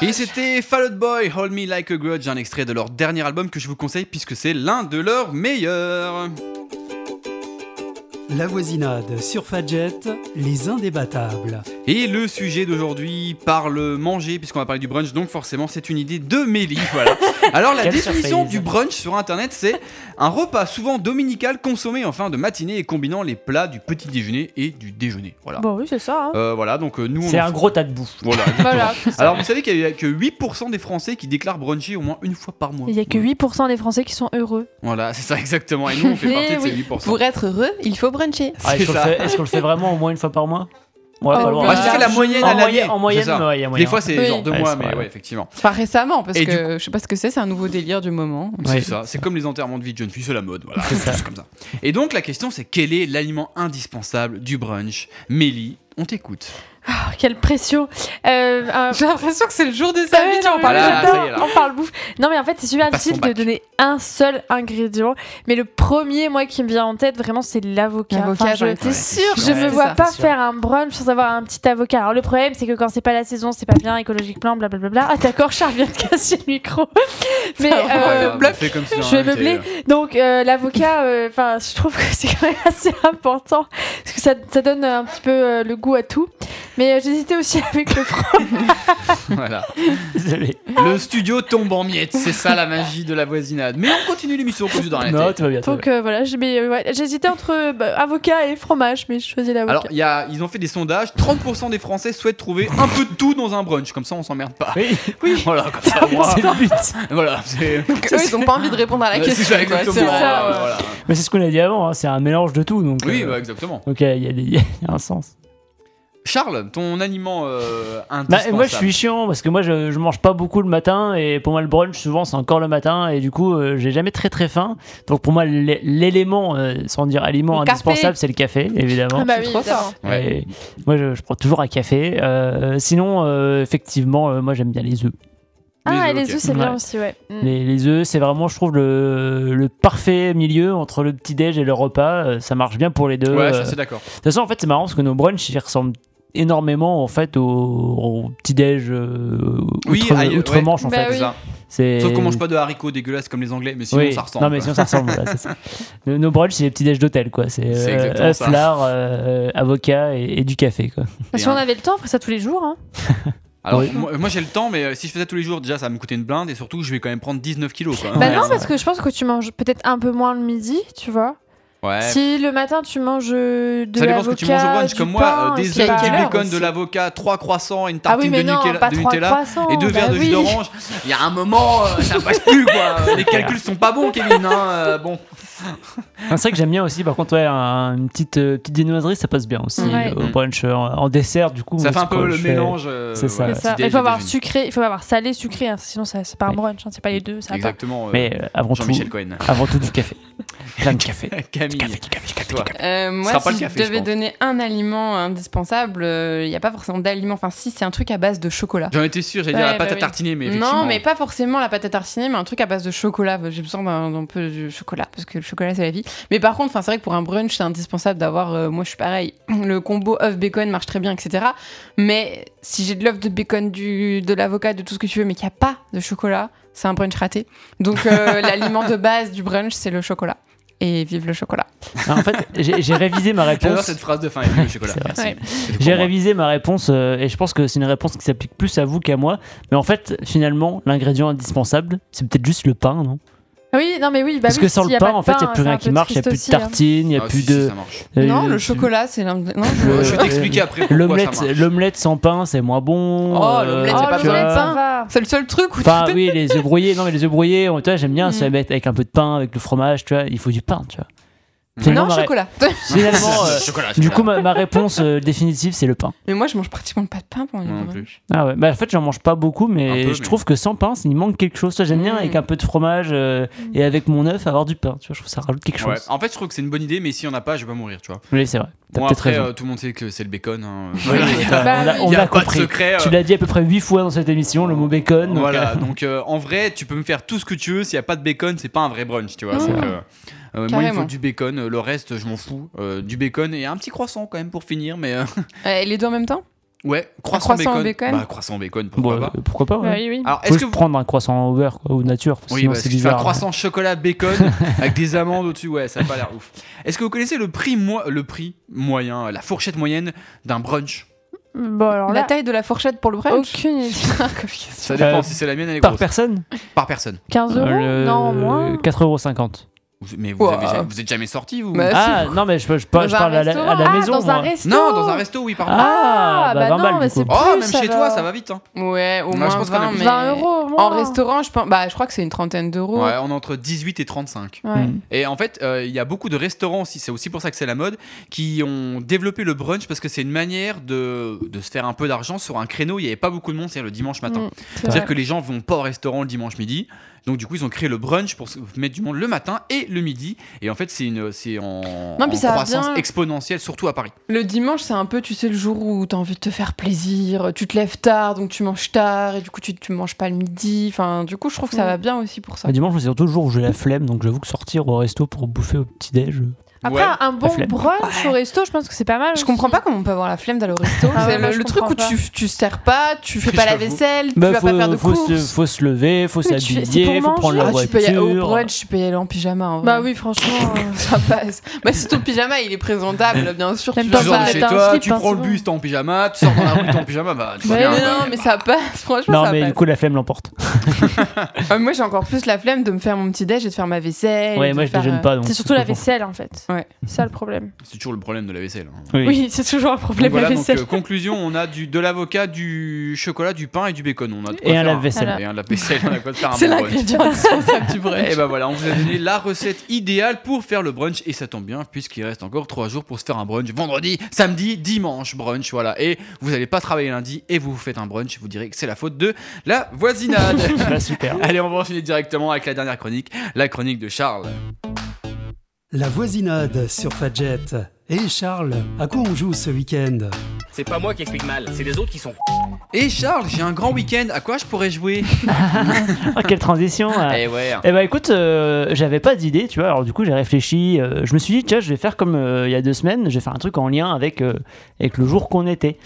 S1: Et c'était Fall Out Boy, Hold Me Like a Grudge, un extrait de leur dernier album que je vous conseille puisque c'est l'un de leurs meilleurs.
S5: La voisinade sur Fadjet, les indébattables.
S1: Et le sujet d'aujourd'hui parle manger, puisqu'on va parler du brunch, donc forcément c'est une idée de Mélie. Voilà. Alors la
S3: Quelle
S1: définition
S3: surprise.
S1: du brunch sur internet c'est un repas souvent dominical consommé en fin de matinée et combinant les plats du petit déjeuner et du déjeuner. Voilà.
S4: Bon, oui, c'est ça. hein.
S1: Euh, voilà, donc euh, nous on.
S3: C'est
S1: en
S3: un
S1: fait-
S3: gros tas de bouffe.
S1: Voilà.
S4: Voilà.
S1: Alors vous savez qu'il y a que 8% des Français qui déclarent bruncher au moins une fois par mois.
S4: Il n'y a que 8% des Français qui sont heureux.
S1: Voilà, c'est ça exactement. Et nous on fait
S2: Eh
S1: partie de ces
S2: oui.
S1: 8%.
S2: Pour être heureux, il faut bruncher.
S3: Ah,
S1: C'est
S3: Est-ce qu'on le
S1: ça.
S3: fait- est-ce qu'on le fait vraiment au moins une fois par mois Ouais,
S4: Oh,
S3: pas loin.
S1: Bah, je te fais la moyenne à
S3: en,
S1: l'année.
S3: moyenne, en
S1: c'est
S3: moyenne,
S1: ça.
S3: ouais, il y a moyen.
S1: Des fois c'est
S2: Oui.
S1: genre deux
S3: Ouais,
S1: mois,
S3: c'est
S1: mais
S3: vrai.
S1: ouais, effectivement.
S2: Enfin, récemment, parce
S1: Et du
S2: que je sais pas ce que c'est, c'est un nouveau délire du moment.
S1: C'est
S3: Ouais.
S1: ça, c'est comme les enterrements de vie de jeune fille, c'est la mode, voilà,
S3: C'est ça.
S1: juste comme ça. Et donc la question c'est quel est l'aliment indispensable du brunch Mélie, on t'écoute.
S4: Oh, quelle pression. Euh, un-
S2: J'ai l'impression que c'est le jour de sa
S4: Ah
S2: vie,
S4: ouais,
S2: tu en
S4: non,
S2: parles.
S1: Voilà,
S4: j'adore,
S1: ça y est, là.
S4: on parle bouffe. Non, mais en fait, c'est super
S1: Passe son
S4: difficile
S1: bac.
S4: de donner un seul ingrédient. Mais le premier, moi, qui me vient en tête, vraiment, c'est l'avocat.
S2: L'avocat,
S4: Enfin, je,
S2: j'en étais
S1: Ouais,
S2: sûre.
S1: c'est
S4: je me
S2: c'est
S4: vois
S2: ça.
S4: pas
S3: c'est sûr.
S4: faire un brunch sans avoir un petit avocat. Alors, le problème, c'est que quand c'est pas la saison, c'est pas bien, écologique plan, blablabla. Ah, d'accord, Charles vient de casser le micro. mais
S2: Ça va,
S4: euh,
S1: Ouais, on fait comme si on
S4: je vais
S1: était,
S4: meubler.
S1: euh,
S4: Donc euh, l'avocat, euh, enfin, je trouve que c'est quand même assez important parce que ça, ça donne un petit peu euh, le goût à tout. Mais euh, j'hésitais aussi avec le fromage.
S1: euh, Voilà.
S3: Désolé.
S1: Le studio tombe en miettes, c'est ça la magie de la voisinade. Mais on continue l'émission comme dans la
S3: Non, tu vas bien. tu vas
S4: Donc euh, voilà, j'ai- mais, euh, ouais, j'hésitais entre euh, bah, avocat et fromage, mais je choisis l'avocat.
S1: Alors, il y a- ils ont fait des sondages, 30% des Français souhaitent trouver un peu de tout dans un brunch, comme ça on s'emmerde pas.
S3: bien. Oui,
S1: Voilà, comme ça, moi,
S3: c'est le but.
S1: voilà, c'est
S2: Eux, ils ont pas envie de répondre
S4: Ah,
S2: à la
S1: Euh, c'est
S2: question.
S1: ça,
S2: quoi,
S1: exactement. Ah,
S2: c'est vrai.
S4: ça,
S1: voilà.
S3: Mais c'est ce qu'on a dit avant, hein, c'est un mélange de tout. Donc,
S1: Oui,
S3: euh,
S1: bah, exactement.
S3: donc euh, il y, a des- il y a un sens.
S1: Charles, ton aliment euh,
S3: Bah,
S1: indispensable.
S3: et moi je suis chiant parce que moi je, je mange pas beaucoup le matin et pour moi le brunch souvent c'est encore le matin et du coup euh, j'ai jamais très très faim. Donc pour moi l'é- l'élément, euh, sans dire aliment
S2: Le café.
S3: indispensable, c'est le café évidemment.
S4: Ah bah
S2: c'est
S4: oui,
S2: trop ça.
S4: évidemment.
S1: Ouais.
S3: Et moi je, je prends toujours un café. Euh, sinon euh, effectivement euh, moi j'aime bien les œufs.
S4: Ah,
S1: Les
S4: et les
S1: œufs, ok.
S4: œufs, c'est bien
S3: Ouais.
S4: aussi, ouais. Mm.
S3: Les, les œufs, c'est vraiment, je trouve, le, le parfait milieu entre le petit-déj et le repas. Euh, Ça marche bien pour les deux.
S1: Ouais, je
S3: Euh,
S1: suis assez d'accord.
S3: De toute façon, en fait, c'est marrant parce que nos brunchs, ils ressemblent énormément en fait au, au petit-déj euh,
S1: Oui,
S3: outre,
S1: aïe,
S3: outre-Manche en
S4: Bah
S3: fait.
S4: oui.
S1: C'est ça.
S3: C'est-
S1: Sauf qu'on mange pas de haricots dégueulasses comme les Anglais, mais sinon
S3: Oui.
S1: ça ressemble.
S3: Non mais sinon ça ressemble. voilà, c'est ça. Nos nos brunchs, c'est les petits-déj d'hôtel quoi. C'est
S1: C'est
S3: euh,
S1: exactement
S3: œufs,
S1: ça.
S3: lard, euh, avocat et, et du café quoi.
S4: Parce
S1: Et
S4: qu'on
S1: un-
S4: avait le temps, on ferait ça tous les jours. hein.
S1: Alors,
S3: Oui.
S1: moi, moi, j'ai le temps, mais euh, si je fais ça tous les jours, déjà ça va me coûter une blinde et surtout je vais quand même prendre 19 kilos. Quoi.
S4: Bah
S3: Ouais,
S4: non,
S3: c'est
S4: parce que je pense que tu manges peut-être un peu moins le midi, tu vois.
S1: Ouais.
S4: Si le matin tu manges euh, de
S1: ça
S4: l'avocat,
S1: dépend ce que tu manges au brunch,
S4: du
S1: comme moi,
S4: pain,
S1: euh,
S4: c'est
S1: des œufs,
S4: pas
S1: du
S4: grave
S1: bacon,
S4: aussi.
S1: de l'avocat, trois croissants, une
S4: Ah
S1: tartine
S4: oui, mais
S1: de,
S4: non,
S1: Nutella,
S4: pas
S1: de
S4: trois
S1: Nutella
S4: croissants.
S1: et deux
S4: bah
S1: verres de jus
S4: oui.
S1: d'orange. Il y a un moment, euh, ça passe plus quoi. Les calculs sont pas bons, Kevin. hein, euh, bon.
S3: Ah, C'est vrai que j'aime bien aussi. Par contre, ouais, un- une petite euh, petite viennoiserie, ça passe bien aussi
S4: Ouais.
S3: euh, au brunch euh, en, en dessert du coup.
S1: Ça fait
S3: c'est
S1: un
S3: quoi,
S1: peu le
S3: je fais-
S1: mélange. euh,
S3: c'est ça.
S1: voilà,
S4: C'est ça.
S1: petit-déj
S4: Mais Il faut
S1: et
S4: avoir
S1: déjeuner.
S4: sucré, il faut avoir salé, sucré, hein, sinon ça- c'est pas un
S3: Oui.
S4: brunch, hein, c'est pas les deux, ça va pas.
S1: Exactement. euh,
S3: Mais euh, avant tout,
S1: Jean-Michel Cohen.
S3: avant tout du café. Plein de café.
S1: Camille. Toi.
S2: Euh, moi,
S1: sera pas
S2: si
S1: le café,
S2: je
S1: je
S2: devais
S1: pense.
S2: donner un aliment indispensable, euh, il n'y a pas forcément d'aliment. Enfin, si, c'est un truc à base de chocolat.
S1: J'en étais sûr, j'allais dire
S2: Ouais,
S1: la pâte
S2: bah
S1: à
S2: oui.
S1: tartiner, mais effectivement.
S2: Non, mais pas forcément la pâte à tartiner, mais un truc à base de chocolat. J'ai besoin d'un d'un peu de chocolat, parce que le chocolat, c'est la vie. Mais par contre, enfin, c'est vrai que pour un brunch, c'est indispensable d'avoir. euh, moi, je suis pareil. Le combo œuf-bacon marche très bien, etc. Mais si j'ai de l'œuf, de bacon, du, de l'avocat, de tout ce que tu veux, mais qu'il n'y a pas de chocolat, c'est un brunch raté. Donc, euh, l'aliment de base du brunch, c'est le chocolat. Et vive le chocolat.
S3: Ah, en fait, j'ai j'ai révisé ma
S1: J'adore
S3: réponse.
S1: cette phrase de fin avec le chocolat.
S3: C'est vrai.
S1: Merci. C'était pour
S3: J'ai
S1: moi.
S3: révisé ma réponse euh, et je pense que c'est une réponse qui s'applique plus à vous qu'à moi. Mais en fait, finalement, l'ingrédient indispensable, c'est peut-être juste le pain, non
S4: Oui, non mais oui, bah
S3: Parce
S4: oui,
S3: que sans
S4: s'il
S3: le
S4: y a pas
S3: pain,
S4: de
S3: en fait, il n'y a
S4: hein, c'est
S3: plus rien
S4: un
S3: qui
S4: peu
S3: marche, il n'y a
S4: triste
S3: plus de
S4: aussi, hein.
S3: tartines, il n'y a
S1: Ah,
S3: plus
S1: si, si,
S3: de.
S1: ça marche.
S3: euh,
S2: non, le
S3: tu-
S2: chocolat, c'est l'un. Non, je-
S3: Euh,
S1: Je vais
S3: euh,
S1: t'expliquer après pourquoi ça
S3: L'omelette,
S1: marche.
S3: l'omelette sans pain, c'est moins bon.
S2: Oh, l'omelette,
S4: Oh,
S2: c'est pas
S3: Ah, tu vois.
S4: l'omelette,
S2: pain.
S4: ça va.
S2: C'est le seul truc où tu
S3: Enfin,
S2: peux-
S3: oui, les œufs brouillés. Non, mais les œufs brouillés, on- tu vois, j'aime
S4: Mm.
S3: bien se mettre avec un peu de pain, avec le fromage, tu vois. Il faut du pain, tu vois.
S1: Non,
S3: Finalement,
S2: Non,
S3: ma ré-
S2: chocolat.
S3: Finalement, euh,
S1: Chocolat,
S3: du
S1: chocolat.
S3: coup, ma, ma réponse euh, définitive, c'est le pain.
S2: Mais moi, je mange pratiquement pas de pain pendant les
S1: Moi non
S2: brunchs.
S1: plus.
S3: Ah ouais, bah en fait j'en mange pas beaucoup, mais
S1: Un peu,
S3: je
S1: mais-
S3: trouve que sans pain, il manque quelque chose. Toi j'aime bien
S2: Mm.
S3: avec un peu de fromage euh, et avec mon œuf avoir du pain. Tu vois, je trouve que ça rajoute quelque chose.
S1: Ouais. En fait, je trouve que c'est une bonne idée, mais si on n'a pas, je vais pas mourir, tu vois.
S3: Oui, c'est vrai. T'as
S1: Bon,
S3: peut-être
S1: après,
S3: raison.
S1: euh, tout le monde sait que c'est le bacon. hein.
S3: Oui,
S1: Voilà, il y a-
S3: bah,
S4: bah
S3: on a,
S4: oui.
S3: on
S1: il y
S3: a
S1: a pas
S3: compris.
S1: de secret. euh,
S3: Tu l'as dit à peu près huit fois dans cette émission, le mot bacon. donc,
S1: voilà,
S3: euh,
S1: donc euh, en vrai, tu peux me faire tout ce que tu veux. S'il n'y a pas de bacon, c'est pas un vrai brunch, tu vois.
S2: Mmh.
S1: Donc, euh, euh, moi, il me
S2: Carrément.
S1: faut du bacon. euh, Le reste, je m'en fous. Euh, du bacon et un petit croissant quand même pour finir, mais euh,
S2: Euh, et les deux en même temps
S1: Ouais, croissant,
S2: croissant
S1: bacon.
S2: au bacon
S1: Bah, croissant au bacon, pourquoi
S3: Bon,
S1: pas.
S3: euh, pourquoi pas ouais.
S4: Bah, Oui,
S2: Ah.
S4: oui.
S1: Alors, est-ce
S3: Faut
S1: que
S3: que
S1: vous.
S3: prendre un croissant au beurre quoi, ou nature,
S1: Oui,
S3: sinon
S1: parce
S3: c'est
S1: que tu fais un
S3: bizarre.
S1: croissant chocolat bacon avec des amandes au-dessus, ouais, ça a pas l'air ouf. Est-ce que vous connaissez le prix, moi, le prix moyen, la fourchette moyenne d'un brunch
S4: Bon, alors
S2: La Ah,
S4: là,
S2: taille de la fourchette pour le brunch
S4: Bah, aucune idée.
S1: Ça dépend
S3: Euh,
S1: si c'est la mienne, elle est
S3: Par
S1: grosse.
S3: personne
S4: 15 euros
S3: Euh,
S4: Non, moins.
S3: 4,50€.
S1: Vous- Mais vous,
S2: Ouah.
S1: avez jamais- vous êtes jamais sorti, vous
S4: Euh,
S2: Bah,
S3: Ah, non, mais je, je, je parle
S2: Dans un
S3: à la, à la
S4: Ah,
S3: maison.
S4: dans un
S3: moi.
S4: resto
S1: Non, dans un resto, oui, pardon.
S3: Ah,
S4: Ah,
S3: bah,
S4: bah
S3: 20
S4: non,
S3: balles,
S4: mais
S3: du coup.
S4: c'est-
S1: oh,
S4: plus,
S1: même chez toi,
S4: alors.
S1: ça va vite. Hein.
S2: Ouais, au
S1: Ouais,
S2: moins
S1: je pense qu'on a
S2: 20,
S1: plus.
S2: mais
S4: 20 euros au moins.
S2: En restaurant, je pense. Bah, je crois que c'est une trentaine d'euros.
S1: Ouais, on est entre 18 et 35.
S4: Ouais.
S3: Mm.
S1: Et en fait, euh, il y a beaucoup de restaurants aussi, c'est aussi pour ça que c'est la mode, qui ont développé le brunch parce que c'est une manière de, de se faire un peu d'argent sur un créneau. où Il n'y avait pas beaucoup de monde, c'est le dimanche matin.
S4: Mm, c'est
S1: C'est-à-dire
S4: vrai.
S1: que les gens vont pas au restaurant le dimanche midi. Donc, du coup, ils ont créé le brunch pour se- mettre du monde le matin et le midi. Et en fait, c'est une- c'est en, en
S2: puis ça
S1: croissance
S2: vient-
S1: exponentielle, surtout à Paris.
S2: Le dimanche, c'est un peu, tu sais, le jour où t'as envie de te faire plaisir. Tu te lèves tard, donc tu manges tard, et du coup, tu, tu manges pas le midi. Enfin, du coup, je trouve que ça va bien aussi pour ça.
S3: Bah, dimanche, c'est surtout le jour où j'ai la flemme, donc j'avoue que sortir au resto pour bouffer au petit-déj. euh,
S4: Après,
S1: Ouais.
S4: un bon
S3: flemme.
S4: brunch au resto, je pense que c'est pas mal.
S2: Je comprends pas comment on peut avoir la flemme d'aller au resto.
S4: Ah ouais,
S2: c'est
S4: moi,
S2: le,
S4: je
S2: le truc
S4: comprends
S2: où tu, tu sers pas, tu fais pas la
S1: J'avoue.
S2: vaisselle,
S3: Bah,
S2: tu vas
S3: faut,
S2: pas faire de
S3: faut
S2: courses.
S3: se, faut se lever, faut
S4: Mais tu fais- c'est
S3: s'habiller,
S4: pour
S3: faut prendre
S4: manger.
S3: la
S2: Ah, tu peux y aller au
S3: voiture.
S2: brunch, tu peux y aller en pyjama. en vrai.
S4: Bah oui, franchement. euh,
S2: ça passe. Bah, si ton pyjama il est présentable, bien sûr,
S4: Même
S2: tu
S4: pas
S2: vas
S1: tu
S4: Dans
S1: sors
S4: un-
S1: de chez
S4: dans un
S1: toi,
S4: slip,
S1: tu
S4: hein,
S1: prends le
S4: souvent.
S1: bus, t'es en pyjama, tu sors dans la rue, t'es en pyjama, bah, tu vois
S2: Mais
S1: bien.
S2: non,
S1: bah.
S2: mais ça passe, franchement,
S3: Non,
S2: ça
S3: mais du
S2: passe.
S3: coup, la flemme l'emporte.
S2: Euh, moi, j'ai encore plus la flemme de me faire mon petit déj et de faire ma vaisselle. et
S3: Ouais,
S2: de
S3: moi, je
S2: faire,
S3: déjeune
S2: euh,
S3: pas. donc
S4: C'est surtout la
S3: comprends.
S4: vaisselle en fait.
S2: Ouais.
S4: C'est ça le problème.
S1: C'est toujours le problème de la vaisselle. hein.
S3: Oui.
S4: Oui, c'est toujours un problème
S1: Donc voilà,
S4: la
S1: donc,
S4: vaisselle.
S1: euh, conclusion, on a du, de l'avocat, du chocolat, du pain et du bacon. On a de quoi
S3: Et
S1: faire hein.
S3: un lave-vaisselle.
S1: Et un lave-vaisselle, on a de quoi faire un
S2: C'est
S1: bon hein, brunch.
S2: l'ingrédient indispensable du brunch.
S1: Et ben voilà, on vous a donné la recette idéale pour faire le brunch et ça tombe bien puisqu'il reste encore 3 jours pour se faire un brunch. Vendredi, samedi, dimanche brunch, voilà. Et vous n'allez pas travailler lundi et vous vous faites un brunch, vous direz que c'est la faute de la voisinade.
S3: Bah, super.
S1: Allez, on va enchaîner directement avec la dernière chronique, la chronique de Charles.
S5: La voisinade sur Fadjet. Et Charles, à quoi on joue ce week-end
S8: C'est pas moi qui explique mal, c'est les autres qui sont
S1: Et Charles, j'ai un grand week-end, à quoi je pourrais jouer
S3: Ah, quelle transition. hein.
S1: Eh ouais.
S3: Eh bah écoute, euh, j'avais pas d'idée, tu vois. Alors du coup, j'ai réfléchi. euh, je me suis dit, tiens, je vais faire comme euh, il y a deux semaines. Je vais faire un truc en lien avec euh, avec le jour qu'on était.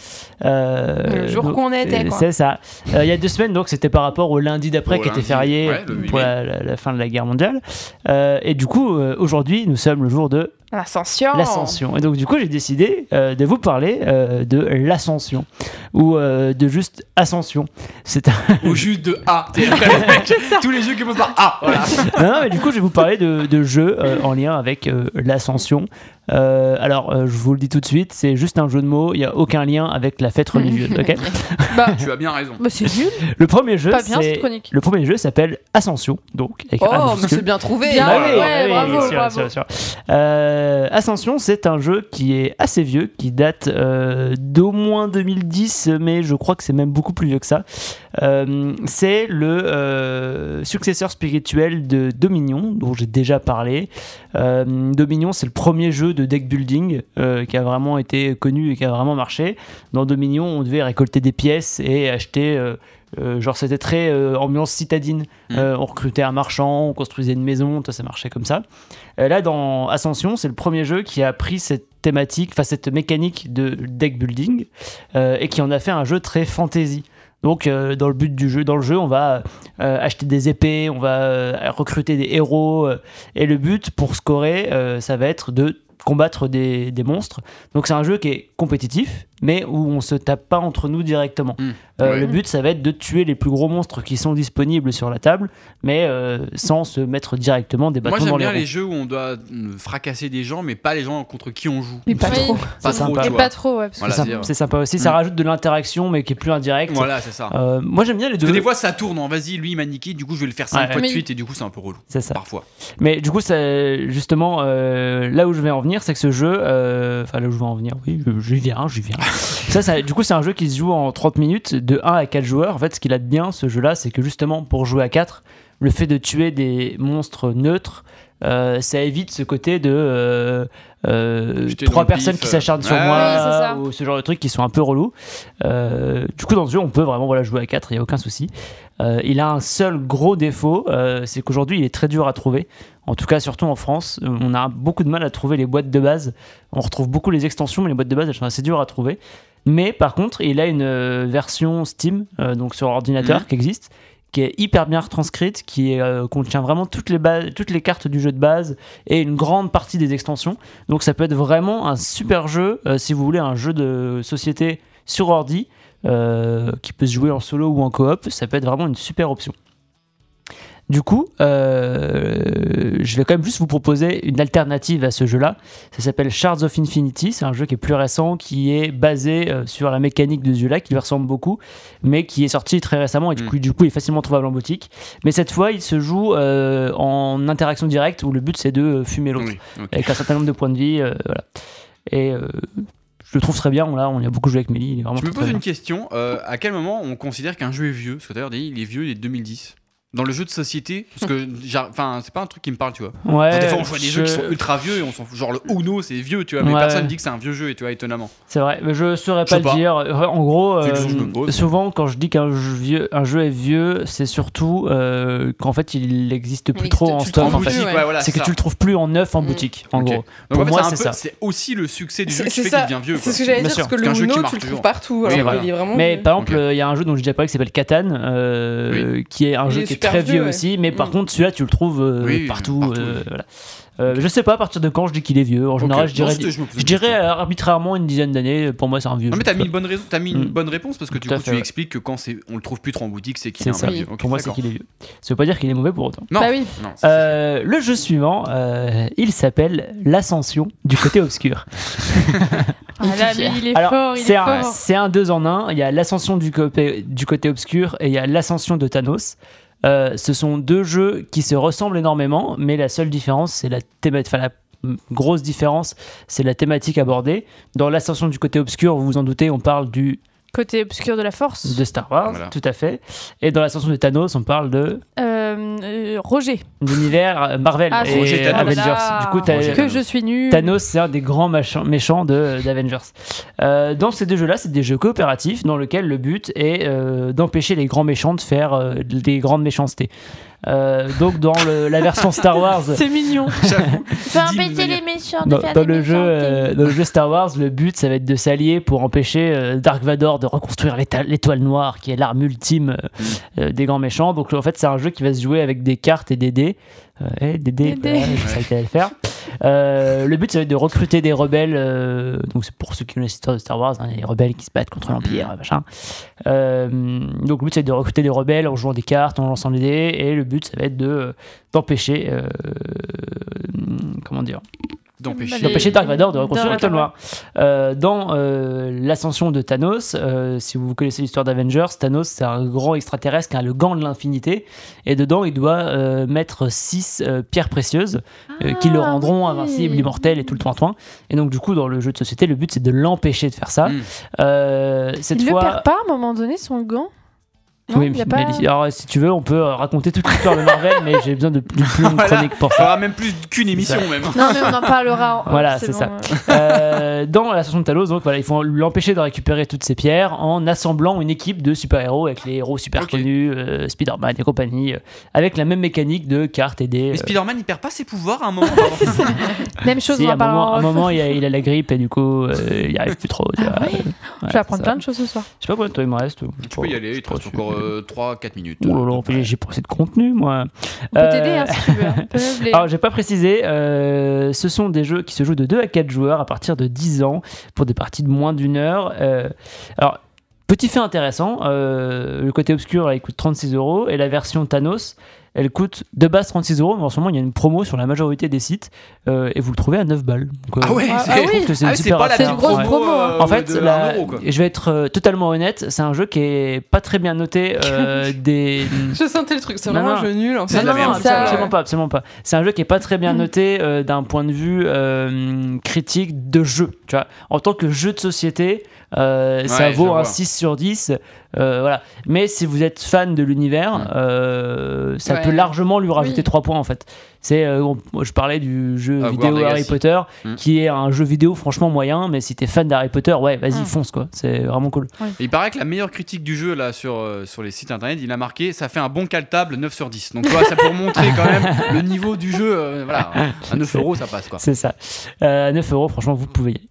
S3: Euh,
S2: Le jour
S3: donc,
S2: qu'on était,
S3: euh,
S2: quoi.
S3: C'est ça. Euh, Il y a deux semaines, donc c'était par rapport au lundi d'après
S1: Au
S3: qui était
S1: lundi,
S3: férié
S1: ouais, le huit
S3: pour
S1: mai.
S3: la, la- la fin de la guerre mondiale. Euh, et du coup, euh, aujourd'hui, nous sommes le jour de
S2: L'ascension.
S3: l'ascension. Et donc du coup, j'ai décidé euh, de vous parler euh, de l'ascension ou euh, de juste ascension. C'est un
S1: Ou juste de A. T'es après le mec, Tous les jeux qui peuvent par A. Voilà.
S3: non, non, mais du coup, je vais vous parler de, de jeux euh, en lien avec euh, l'ascension. Euh, alors, euh, je vous le dis tout de suite, c'est juste un jeu de mots, il n'y a aucun lien avec la fête religieuse. ok
S1: Tu as bien raison.
S4: Bah, c'est nul.
S3: le premier jeu,
S4: Pas bien,
S3: c'est-
S4: cette chronique.
S3: le premier jeu s'appelle Ascension, donc. avec un
S2: Oh, mais
S3: majuscule.
S2: c'est bien trouvé.
S4: Bien.
S3: Bah
S4: Ah ouais,
S3: oui, bah oui,
S4: bravo,
S3: bien sûr,
S4: bravo.
S3: bien sûr, bien sûr. Euh, Ascension, c'est un jeu qui est assez vieux, qui date euh, d'au moins 2010, mais je crois que c'est même beaucoup plus vieux que ça. Euh, c'est le euh, successeur spirituel de Dominion, dont j'ai déjà parlé. Euh, Dominion, c'est le premier jeu de deck building euh, qui a vraiment été connu et qui a vraiment marché. Dans Dominion, on devait récolter des pièces et acheter. euh, euh, genre c'était très euh, ambiance citadine.
S1: Mhm.
S3: Euh, on recrutait un marchand, on construisait une maison, tout ça marchait comme ça. Euh, là dans Ascension, c'est le premier jeu qui a pris cette thématique, enfin cette mécanique de deck building euh, et qui en a fait un jeu très fantasy. Donc euh, dans le but du jeu, dans le jeu, on va euh, acheter des épées, on va euh, recruter des héros euh, et le but pour scorer, euh, ça va être de combattre des, des monstres. Donc c'est un jeu qui est compétitif, mais où on se tape pas entre nous directement.
S1: Mm.
S3: Euh,
S1: Ouais.
S3: Le but, ça va être de tuer les plus gros monstres qui sont disponibles sur la table, mais euh, sans se mettre directement des
S1: Moi
S3: bâtons
S1: j'aime
S3: dans les
S1: bien
S3: roues.
S1: les jeux où on doit euh, fracasser des gens, mais pas les gens contre qui on joue.
S2: Mais pas
S4: Oui.
S2: trop.
S1: Pas
S3: C'est
S1: trop,
S3: sympa.
S1: tu
S4: Et
S1: vois.
S4: pas trop, ouais. Parce que
S1: Voilà,
S3: C'est sympa-
S1: c'est-à-dire-
S3: c'est sympa aussi, ça
S1: Mm.
S3: rajoute de l'interaction, mais qui est plus indirecte.
S1: Voilà, c'est ça.
S3: Euh, moi j'aime bien les deux.
S1: Parce que des fois ça tourne en vas-y, lui il m'a niqué, du coup je vais le faire 5
S3: Ouais.
S1: fois de
S4: Mais-
S1: suite et du coup c'est un peu relou.
S3: C'est ça.
S1: Parfois.
S3: Mais du coup, ça, justement, euh, là où je vais en venir, c'est que ce jeu, euh, enfin là où je vais en venir, oui, je- j'y viens, j'y viens. ça, ça, du coup, c'est un jeu qui se joue en 30 minutes, de 1 à 4 joueurs. En fait, ce qu'il a de bien, ce jeu-là, c'est que justement, pour jouer à 4, le fait de tuer des monstres neutres, euh, ça évite ce côté de euh, euh,
S1: Jeter dans
S3: trois
S1: le pif,
S3: personnes qui
S1: euh.
S3: s'acharnent sur
S1: Ouais,
S3: moi
S4: ouais, c'est ça.
S3: ou ce genre de trucs qui sont un peu relous. Euh, du coup, dans ce jeu, on peut vraiment voilà, jouer à 4, il n'y a aucun souci. Euh, il a un seul gros défaut, euh, c'est qu'aujourd'hui, il est très dur à trouver. En tout cas, surtout en France, euh, on a beaucoup de mal à trouver les boîtes de base. On retrouve beaucoup les extensions, mais les boîtes de base, elles sont assez dures à trouver. Mais par contre, il a une euh, version Steam, euh, donc sur ordinateur, qui existe, qui est hyper bien retranscrite, qui euh, contient vraiment toutes les, bases, toutes les cartes du jeu de base et une grande partie des extensions. Donc ça peut être vraiment un super jeu, euh, si vous voulez, un jeu de société sur ordi, euh, qui peut se jouer en solo ou en coop, ça peut être vraiment une super option. Du coup, euh, je vais quand même juste vous proposer une alternative à ce jeu-là. Ça s'appelle Shards of Infinity. C'est un jeu qui est plus récent, qui est basé euh, sur la mécanique de Zula, qui lui ressemble beaucoup, mais qui est sorti très récemment et du
S1: Mm.
S3: coup, du coup, il est facilement trouvable en boutique. Mais cette fois, il se joue euh, en interaction directe, où le but c'est de euh, fumer l'autre
S1: Oui, ok.
S3: avec un certain nombre de points de vie. euh, voilà. Et euh, je le trouve très bien. On l'a, on y a beaucoup joué avec Mélie. Il est vraiment
S1: Je me
S3: très, très
S1: pose
S3: bien.
S1: une question. euh, à quel moment on considère qu'un jeu est vieux Parce que d'ailleurs, il est vieux, il est de 2010. Dans le jeu de société, parce que j'ai- enfin, c'est pas un truc qui me parle, tu vois.
S3: Ouais,
S1: des fois, on joue à des jeux qui
S3: je-
S1: sont ultra vieux et on s'en fout. Genre le Uno, c'est vieux, tu vois, mais
S3: Ouais.
S1: personne dit que c'est un vieux jeu, et tu vois, étonnamment.
S3: C'est vrai, mais je saurais
S1: Je
S3: pas
S1: sais
S3: le
S1: pas.
S3: dire. En gros,
S1: C'est une question
S3: euh,
S1: que je me pose.
S3: souvent quand je dis qu'un jeu, vieux- un jeu est vieux, c'est surtout euh, qu'en fait il n'existe plus
S2: existe
S3: trop en
S2: plus
S3: stock.
S2: trop en
S3: en fait.
S2: boutique, ouais.
S1: ouais, voilà,
S3: C'est que
S1: ça.
S3: tu le trouves plus en neuf en
S2: Mm.
S3: boutique, en
S1: Ok.
S3: gros.
S1: Donc,
S3: pour
S1: en fait,
S3: moi,
S1: c'est un
S3: c'est
S1: peu-
S3: ça.
S1: c'est aussi le succès du jeu
S2: C'est
S1: qui fait
S2: ça.
S1: qu'il devient vieux.
S2: C'est
S1: quoi.
S2: ce que j'allais
S3: Bien
S2: dire,
S3: sûr.
S2: parce que
S1: C'est un
S2: le
S1: jeu qui
S2: Uno,
S1: marche
S2: tu le trouves
S1: toujours.
S2: partout.
S1: Oui,
S2: alors
S1: voilà.
S2: il est vraiment
S3: Mais
S2: vieux.
S3: par exemple,
S1: Ok.
S3: euh, il y a un jeu dont je déjà parlé qui s'appelle Catan, euh, qui est un
S2: Il
S3: jeu
S2: est
S3: qui est
S2: super
S3: très
S2: vieux,
S3: vieux
S2: ouais.
S3: aussi, mais par
S2: Mm.
S3: contre celui-là tu le trouves euh,
S1: Oui,
S3: partout.
S1: partout,
S3: euh,
S1: oui.
S3: voilà. Euh, Je sais pas à partir de quand je dis qu'il est vieux. En
S1: Ok.
S3: général, je
S1: Non,
S3: dirais,
S1: c'était- me posais
S3: je
S1: une
S3: dirais
S1: question.
S3: euh, arbitrairement une dizaine d'années. Pour moi, c'est un vieux.
S1: Non,
S3: jeu.
S1: mais t'as mis une bonne raison, t'as mis une
S3: Mm.
S1: bonne réponse parce que du
S3: Tout à
S1: coup,
S3: fait,
S1: tu
S3: ouais.
S1: expliques que quand c'est, on le trouve plus trop en boutique, c'est qu'il est,
S3: C'est
S1: un
S3: ça.
S1: peu vieux. Ok,
S3: Pour moi, c'est
S1: d'accord.
S3: qu'il est vieux. Ça veut pas dire qu'il est mauvais pour autant.
S1: Non.
S2: Bah oui.
S1: Non, c'est-
S3: Euh, le jeu suivant, euh, il s'appelle L'Ascension du côté obscur.
S4: Ah là, mais il est
S3: Alors,
S4: fort, il est
S3: c'est un,
S4: fort.
S3: c'est un deux en un. Il y a L'Ascension du, côté- du côté obscur et il y a L'Ascension de Thanos. Euh, ce sont deux jeux qui se ressemblent énormément, mais la seule différence, c'est la thématique. Enfin, la mm, grosse différence, c'est la thématique abordée. Dans L'Ascension du côté obscur, vous vous en doutez, on parle du,
S4: Côté obscur de la force.
S3: de Star Wars,
S1: Voilà.
S3: tout à fait. Et dans L'Ascension de Thanos, on parle de
S4: Euh, euh, Roger.
S3: l'univers euh, Marvel
S4: Ah,
S3: et
S1: Roger Thanos.
S3: Avengers. Du coup, t'as-
S1: Roger
S4: que je suis nul.
S3: Thanos, c'est un des grands machins- méchants de- d'Avengers. Euh, dans ces deux jeux-là, c'est des jeux coopératifs dans lesquels le but est euh, d'empêcher les grands méchants de faire euh, des grandes méchancetés. Euh, donc, dans le- la version Star Wars,
S4: C'est mignon.
S1: J'avoue,
S4: Faire
S1: Dis, mais-
S4: méchants
S3: dans, dans le
S4: des hein, méchancetés.
S3: jeu, euh, dans le jeu Star Wars, le but, ça va être de s'allier pour empêcher euh, Dark Vador de reconstruire l'éta- l'étoile noire, qui est l'arme ultime euh, euh, des grands méchants. Donc, en fait, c'est un jeu qui va se jouer avec des cartes et des dés. Euh, eh, des dés,
S4: Des dés.
S3: voilà, je savais que t'allais le faire. Euh, le but, ça va être de recruter des rebelles. euh, donc, c'est pour ceux qui connaissent l'histoire de Star Wars, hein, les rebelles qui se battent contre
S4: Mm.
S3: l'Empire, machin. Euh, donc, le but, ça va être de recruter des rebelles en jouant des cartes, en lançant des dés. Et le but, ça va être de d'empêcher. euh, comment dire
S1: d'empêcher.
S4: Allez.
S3: d'empêcher Dark Vador de reconstruire
S4: Dark
S3: l'étoile
S4: Vador.
S3: noire. Euh, dans euh, l'ascension de Thanos, euh, si vous connaissez l'histoire d'Avengers, Thanos c'est un grand extraterrestre qui a le gant de l'infinité et dedans il doit euh, mettre 6 pierres précieuses euh, qui le
S4: Ah,
S3: rendront
S4: oui.
S3: invincible, immortel et tout le tintouin. Et donc du coup dans le jeu de société le but c'est de l'empêcher de faire ça.
S1: Mm.
S3: Euh, cette
S4: Il
S3: fois,
S4: le perd pas à un moment donné son gant Non,
S3: oui,
S4: il y a
S3: mais-
S4: pas-
S3: alors, si tu veux on peut euh, raconter toute l'histoire de Marvel mais j'ai besoin de d'une plus longue
S1: Voilà.
S3: chronique pour
S1: Ça
S3: ça.
S1: aura même plus qu'une émission, même.
S4: Non, mais on en parlera. en-
S3: Voilà, c'est ça.
S4: bon, euh.
S3: Euh, dans la station de Talos, donc voilà, il faut l'empêcher de récupérer toutes ses pierres en assemblant une équipe de super-héros avec les héros super
S1: Ok.
S3: connus, euh, Spider-Man et compagnie, euh, avec la même mécanique de cartes et des.
S1: Mais
S3: euh,
S1: Spider-Man, il perd pas ses pouvoirs à un moment. pardon.
S4: euh, Même chose,
S3: si,
S4: on en
S3: à un moment,
S4: parlera.
S3: à un
S4: en off.
S3: moment, il, a, il a la grippe et du coup, euh, il n'y arrive plus trop. tu vois.
S4: Ah ouais
S3: Ouais,
S4: Je vais apprendre
S3: c'est ça.
S4: plein de choses ce soir.
S3: Je sais pas combien de temps il me reste.
S1: Tu peux y aller, il te reste encore euh, 3-4 minutes.
S3: Oh là là, en fait, j'ai pas assez de contenu, moi.
S4: On peut
S3: Euh,
S4: t'aider hein, si tu veux. On peut meubler.
S3: Alors, j'ai pas précisé, euh, ce sont des jeux qui se jouent de 2 à 4 joueurs à partir de 10 ans pour des parties de moins d'une heure. Euh, alors, petit fait intéressant, euh, le côté obscur, elle coûte 36 euros et la version Thanos, elle coûte de base 36 euros, mais en ce moment, il y a une promo sur la majorité des sites euh, et vous le trouvez à 9 balles. Donc, euh,
S1: Ah ouais,
S4: Ah,
S1: c'est
S4: ah
S3: Je trouve que c'est
S1: Ah
S3: une
S1: ouais, c'est
S3: super
S1: pas la euh,
S3: affaire.
S4: C'est une grosse
S3: Ouais. Euh,
S4: promo, hein.
S3: En fait, la-
S1: un euro, quoi.
S3: je vais être euh, totalement honnête, c'est un jeu qui est pas très bien noté euh, des,
S2: Je sentais le truc, c'est
S3: Non,
S2: vraiment
S3: non.
S2: un jeu nul en
S1: C'est
S2: fait.
S1: de la merde.
S2: Ça, Mm.
S3: absolument, absolument pas, absolument pas. C'est un jeu qui est pas très bien noté euh, d'un point de vue euh, critique de jeu. Tu vois, en tant que jeu de société, euh, ça
S1: Ouais, je
S3: vaut un
S1: vois.
S3: 6 sur 10. euh, voilà. Mais si vous êtes fan de
S1: Mm.
S3: l'univers, euh, ça
S2: Ouais.
S3: peut largement lui rajouter
S2: Oui.
S3: 3 points en fait. C'est, euh, on- moi, je parlais du jeu
S1: Hogwarts
S3: vidéo Harry
S1: Legacy.
S3: Potter,
S1: Mm.
S3: qui est un jeu vidéo franchement moyen, mais si t'es fan d'Harry Potter, ouais, vas-y
S4: Mm.
S3: fonce quoi. C'est vraiment cool.
S1: Il paraît que la meilleure critique du jeu là sur, euh, sur les sites internet, il a marqué ça fait un bon caltable 9 sur 10. Donc tu vois, ça pour montrer quand même le niveau du jeu. euh, voilà, à 9 euros ça passe quoi.
S3: C'est ça. Euh, 9 euros, franchement, vous pouvez y aller.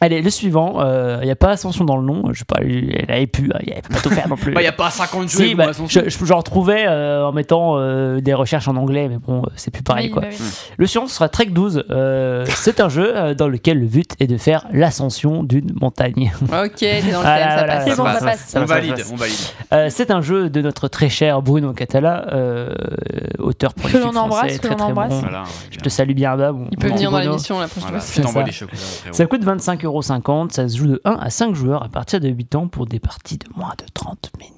S3: Allez, le suivant, il n'y a pas Ascension dans le nom, je sais pas, elle avait pu, elle avait pas tout faire non plus.
S1: Bah, il n'y a pas 50 jeux.
S3: Si, bah, je, je- j'en retrouvais euh, en mettant euh, des recherches en anglais, mais bon, euh, c'est plus pareil
S4: Oui,
S3: quoi.
S4: bah oui.
S3: Le suivant sera Trek 12. euh, c'est un jeu euh, dans lequel le but est de faire l'ascension d'une montagne.
S2: Ok, t'es dans le
S3: Ah,
S2: thème,
S3: là,
S2: ça
S3: là,
S2: passe.
S4: C'est bon,
S1: va,
S4: ça
S1: ça
S4: passe.
S3: va,
S1: on
S3: ça va,
S1: valide,
S3: ça va.
S1: on valide.
S3: Euh, c'est un jeu de notre très cher Bruno Catala, euh, auteur pour les
S4: Que
S3: films
S4: l'on embrasse,
S3: français,
S4: que
S3: très,
S4: l'on
S3: très bon.
S4: embrasse.
S1: Voilà, ouais,
S3: Je
S1: bien.
S3: te salue bien, Bab.
S2: Il peut
S3: Mon
S2: venir dans
S3: Bruno.
S2: l'émission la prochaine
S1: Voilà,
S2: fois.
S1: je t'envoie
S3: ça.
S1: des chocolats, frérot.
S3: Ça coûte 25,50€, ça se joue de 1 à 5 joueurs à partir de 8 ans pour des parties de moins de 30 minutes.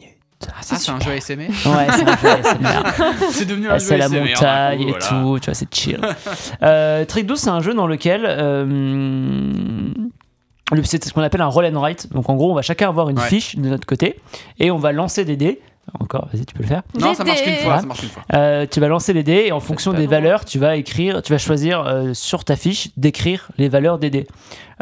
S1: Ah, c'est un jeu ASMR
S3: Ouais, c'est un jeu ASMR.
S1: C'est devenu
S3: Ah,
S1: un jeu
S3: c'est la
S1: ASMR,
S3: montagne
S1: d'un coup,
S3: et
S1: voilà.
S3: tout, tu vois, c'est chill. euh, Trick 12, c'est un jeu dans lequel. euh, le- c'est ce qu'on appelle un roll and write. Donc en gros, on va chacun avoir une
S1: Ouais.
S3: fiche de notre côté et on va lancer des dés. Encore, vas-y, tu peux le faire.
S1: Non, ça marche qu'une
S4: Des-
S1: fois,
S3: dés.
S1: ça marche qu'une fois.
S3: Euh, tu vas lancer les dés et en fonction
S2: pas
S3: des
S2: bon.
S3: valeurs, tu vas écrire, tu vas choisir euh, sur ta fiche d'écrire les valeurs des dés.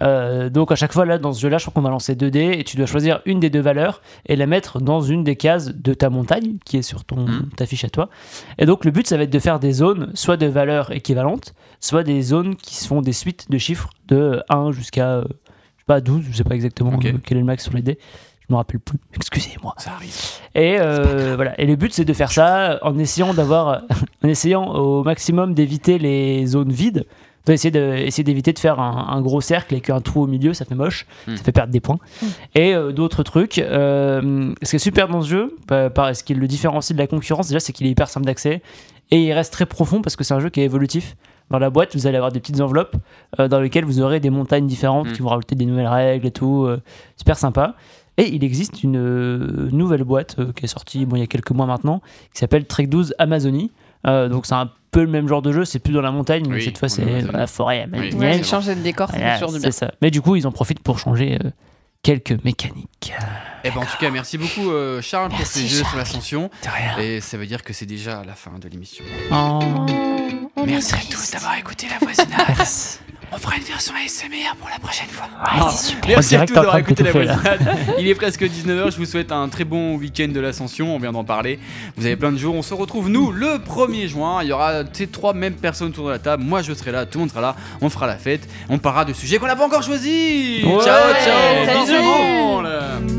S3: Euh, donc à chaque fois là dans ce jeu-là, je crois qu'on va lancer deux dés et tu dois choisir une des deux valeurs et la mettre dans une des cases de ta montagne qui est sur ton
S1: Mhm.
S3: ta fiche à toi. Et donc le but ça va être de faire des zones soit de valeurs équivalentes, soit des zones qui se font des suites de chiffres de 1 jusqu'à euh, je sais pas 12, je sais pas exactement
S1: Ok.
S3: euh, quel est le max sur les dés. Je me rappelle plus. Excusez-moi.
S1: Ça arrive.
S3: Et euh, voilà. Et le but c'est de faire ça en essayant d'avoir, en essayant au maximum d'éviter les zones vides. Donc, essayer de- essayer d'éviter de faire un, un gros cercle et qu'un trou au milieu, ça fait moche,
S1: Hmm.
S3: ça fait perdre des points. Et euh, d'autres trucs. euh, ce qui est super dans ce jeu, bah, par- ce qui le différencie de la concurrence déjà, c'est qu'il est hyper simple d'accès et il reste très profond parce que c'est un jeu qui est évolutif. Dans la boîte, vous allez avoir des petites enveloppes euh, dans lesquelles vous aurez des montagnes différentes
S1: Hmm.
S3: qui vont rajouter des nouvelles règles et tout. euh, super sympa. Et il existe une euh, nouvelle boîte euh, qui est sortie bon, il y a quelques mois maintenant, qui s'appelle Trek 12 Amazonie. Euh, donc c'est un peu le même genre de jeu, c'est plus dans la montagne, mais
S1: Oui,
S3: cette fois
S1: on est en
S3: c'est dans
S1: Amazonie.
S3: la forêt amazonienne.
S1: Ouais,
S2: Ouais,
S1: c'est
S2: changer de décor, c'est
S3: Voilà,
S2: toujours du bien.
S3: c'est ça. Mais du coup, ils en profitent pour changer euh, quelques mécaniques.
S1: Eh ben, en tout cas, merci beaucoup, euh, Charles, pour
S3: Merci,
S1: ces jeux sur
S3: Charles.
S1: l'ascension.
S3: De rien.
S1: Et ça veut dire que c'est déjà la fin de l'émission.
S3: Oh,
S4: On est
S1: Merci à
S4: triste.
S1: tous d'avoir écouté la voisinade.
S3: merci.
S1: On fera une version ASMR pour la prochaine fois.
S3: Ouais, c'est super. On
S1: Merci à
S3: dirait
S1: tous
S3: que t'es en
S1: d'avoir
S3: train de
S1: écouté la
S3: t'étouffer, là.
S1: voisinade. Il est presque 19h. Je vous souhaite un très bon week-end de l'ascension. On vient d'en parler. Vous avez plein de jours. On se retrouve, nous, le 1er juin. Il y aura ces trois mêmes personnes autour de la table. Moi, je serai là. Tout le monde sera là. On fera la fête. On parlera de sujets qu'on n'a pas encore choisis.
S3: Ouais.
S1: ciao, ciao.
S2: Salut.
S1: Bisous, tout le monde.